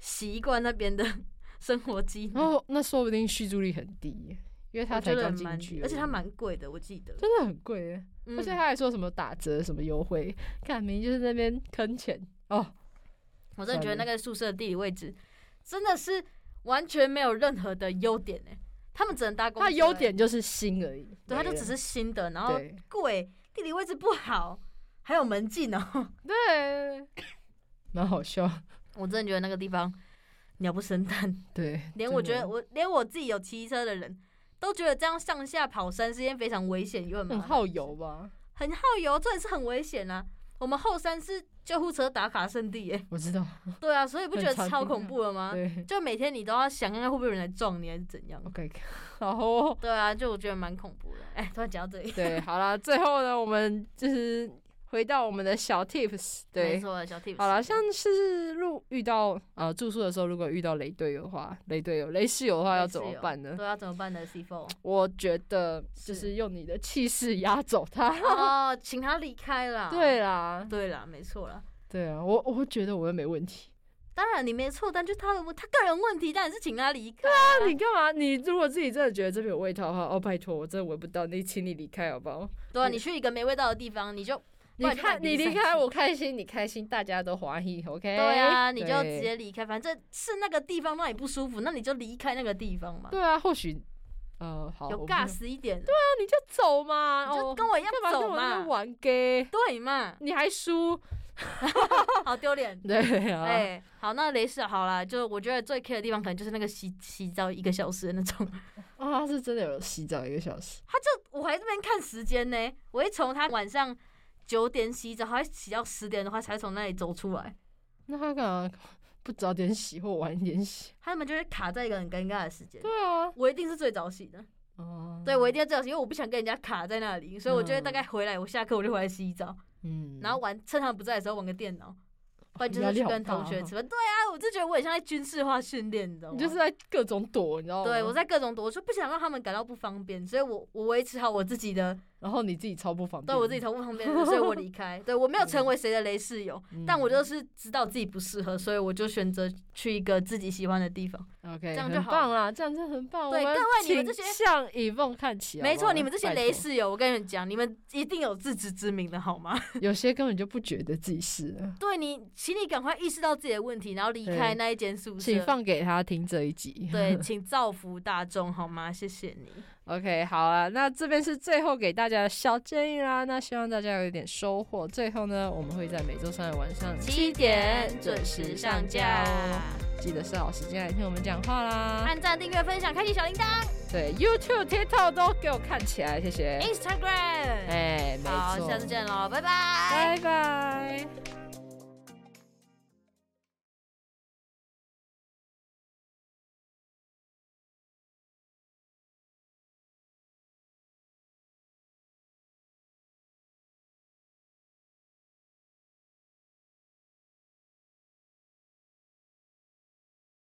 Speaker 1: 习惯那边的 生活机
Speaker 2: 然
Speaker 1: 能？
Speaker 2: 后那说不定续租率很低耶，因为它
Speaker 1: 我
Speaker 2: 哦
Speaker 1: 觉
Speaker 2: 才
Speaker 1: 得
Speaker 2: 刚进
Speaker 1: 蛮
Speaker 2: 去已，
Speaker 1: 而且它蛮贵的，我记得。
Speaker 2: 真的很贵耶，
Speaker 1: 嗯
Speaker 2: 而且他还说什么打折、什么优惠，看明明就是那边坑钱哦。
Speaker 1: 我真的觉得那个宿舍的地理位置真的是完全没有任何的优点哎、他们只能搭公车、欸
Speaker 2: 它优，点就是新而已，
Speaker 1: 对，
Speaker 2: 没
Speaker 1: 它就只
Speaker 2: 了
Speaker 1: 是新的，然后
Speaker 2: 对
Speaker 1: 贵，地理位置不好，还有门禁哦、
Speaker 2: 对，蛮好笑。
Speaker 1: 我真的觉得那个地方鸟不生蛋。
Speaker 2: 对，
Speaker 1: 连
Speaker 2: 真
Speaker 1: 我觉
Speaker 2: 的
Speaker 1: 得我连我自己有骑车的人都觉得这样上下跑山是件非常危险又很麻
Speaker 2: 很
Speaker 1: 烦
Speaker 2: 耗
Speaker 1: 的事
Speaker 2: 嗯油，吧？
Speaker 1: 很耗油，这也是很危险啊。我们后山是救护车打卡圣地耶，
Speaker 2: 我知道，
Speaker 1: 对啊，所以不觉
Speaker 2: 很
Speaker 1: 得
Speaker 2: 常
Speaker 1: 超
Speaker 2: 听
Speaker 1: 恐
Speaker 2: 到
Speaker 1: 怖了吗？
Speaker 2: 对
Speaker 1: 就每天你都要想看看会不会有人来撞你还是怎样。
Speaker 2: ，OK，然后
Speaker 1: 对啊，就我觉得蛮恐怖的。哎，突然讲到这 里，
Speaker 2: 对，好啦，最后呢，我们就是回到我们的小 tips，
Speaker 1: 没
Speaker 2: 对。
Speaker 1: 错，啊小 tips。
Speaker 2: 好啦，像是路遇到呃住宿的时候，如果遇到雷队友的话，雷队友、雷室友的话要
Speaker 1: 类似
Speaker 2: 怎么
Speaker 1: 有
Speaker 2: 办呢？
Speaker 1: 对啊，怎么办呢？C four
Speaker 2: 我觉得就是是用你的气势压走他。
Speaker 1: 哦，请他离开啦。
Speaker 2: 对啦，
Speaker 1: 对啊啦，没错啦。
Speaker 2: 啊对啊，我我觉得我又没问题。
Speaker 1: 当然你没错，但就他的问他个人问题，当然是请他离开。啊
Speaker 2: 那你干嘛？你如果自己真的觉得这边有味道的话，哦，拜托，我真的闻不到，你请你离开好不好？
Speaker 1: 对啊，
Speaker 2: 你
Speaker 1: 你去一个没味道的地方，你就不
Speaker 2: 你
Speaker 1: 然就买
Speaker 2: 看，你
Speaker 1: 比
Speaker 2: 离
Speaker 1: 赛
Speaker 2: 开
Speaker 1: 去
Speaker 2: 我开心，你开心，大家都欢喜，OK？
Speaker 1: 对啊，你就
Speaker 2: 对
Speaker 1: 直接离开，反正是那个地方让你不舒服，那你就离开那个地方嘛。
Speaker 2: 对啊，或许呃，好，
Speaker 1: 有
Speaker 2: 我不
Speaker 1: 尬
Speaker 2: 想
Speaker 1: 死一点。对啊，
Speaker 2: 你就走嘛，
Speaker 1: 你就
Speaker 2: 哦，
Speaker 1: 跟我一样
Speaker 2: 干嘛
Speaker 1: 走
Speaker 2: 跟我那
Speaker 1: 嘛
Speaker 2: 边玩 gay？
Speaker 1: 对嘛，
Speaker 2: 你还输？
Speaker 1: 好丢脸。
Speaker 2: 对啊，
Speaker 1: 哎、好，那雷士好啦，就我觉得最 care 的地方可能就是那个洗洗澡一个小时的那 种。
Speaker 2: 啊，他是真的有洗澡一个小时，
Speaker 1: 他就我还这边看时间呢，我一从他晚上九点洗澡，还洗到十点的话，才从那里走出来。
Speaker 2: 那他干嘛不早点洗或晚一点洗？
Speaker 1: 他们就会卡在一个很尴尬的时间。
Speaker 2: 对啊，
Speaker 1: 我一定是最早洗的，
Speaker 2: 哦，
Speaker 1: 对我一定要最早洗，因为我不想跟人家卡在那里，所以我就会大概回来，我下课我就回来洗澡，
Speaker 2: 嗯，
Speaker 1: 然后玩趁他们不在的时候玩个电脑，不然就
Speaker 2: 压
Speaker 1: 是
Speaker 2: 力
Speaker 1: 去
Speaker 2: 好
Speaker 1: 跟
Speaker 2: 大
Speaker 1: 同学
Speaker 2: 哦
Speaker 1: 吃饭。对啊，我就觉得我很像在军事化训练，你知道吗？
Speaker 2: 你就是在哦各种躲，你知道吗？
Speaker 1: 对我，在各种躲，我就不想让他们感到不方便，所以我我维持好我自己的，
Speaker 2: 然后你自己超不方便，
Speaker 1: 对我自己，头不方便，所以我 离开。对我没有成为谁的雷室友，
Speaker 2: 嗯
Speaker 1: 但我就是知道自己不适合，所以我就选择去一个自己喜欢的地方。
Speaker 2: OK，
Speaker 1: 这样就
Speaker 2: 很
Speaker 1: 好
Speaker 2: 棒啦，这样就很棒。
Speaker 1: 对
Speaker 2: 我
Speaker 1: 各位你们这
Speaker 2: 倾
Speaker 1: 些
Speaker 2: 向以梦看齐好不好，
Speaker 1: 没错，你们这些
Speaker 2: 啊拜
Speaker 1: 雷
Speaker 2: 托，
Speaker 1: 室友，我跟你们讲，你们一定有自知之明的 好吗？
Speaker 2: 有些根本就不觉得自己是啊，
Speaker 1: 对你，请你赶快意识到自己的问题，然后离
Speaker 2: 对
Speaker 1: 开那一间宿舍。
Speaker 2: 请放给他听这一 集。
Speaker 1: 对，请造福大众好吗？谢谢你。
Speaker 2: OK，好啊，那这边是最后给大家的小建议啦，那希望大家有一点收获。最后呢，我们会在每周三的晚上
Speaker 1: 七点准时上架，啊
Speaker 2: 哦，记得设好时间来听我们讲话啦。
Speaker 1: 按赞、订阅、分享、开启小铃铛
Speaker 2: 对，YouTube、TikTok 都给我看起来，谢谢。
Speaker 1: ，Instagram。
Speaker 2: 哎，没
Speaker 1: 哎好，
Speaker 2: 错，
Speaker 1: 下次见喽，拜拜。
Speaker 2: 拜拜。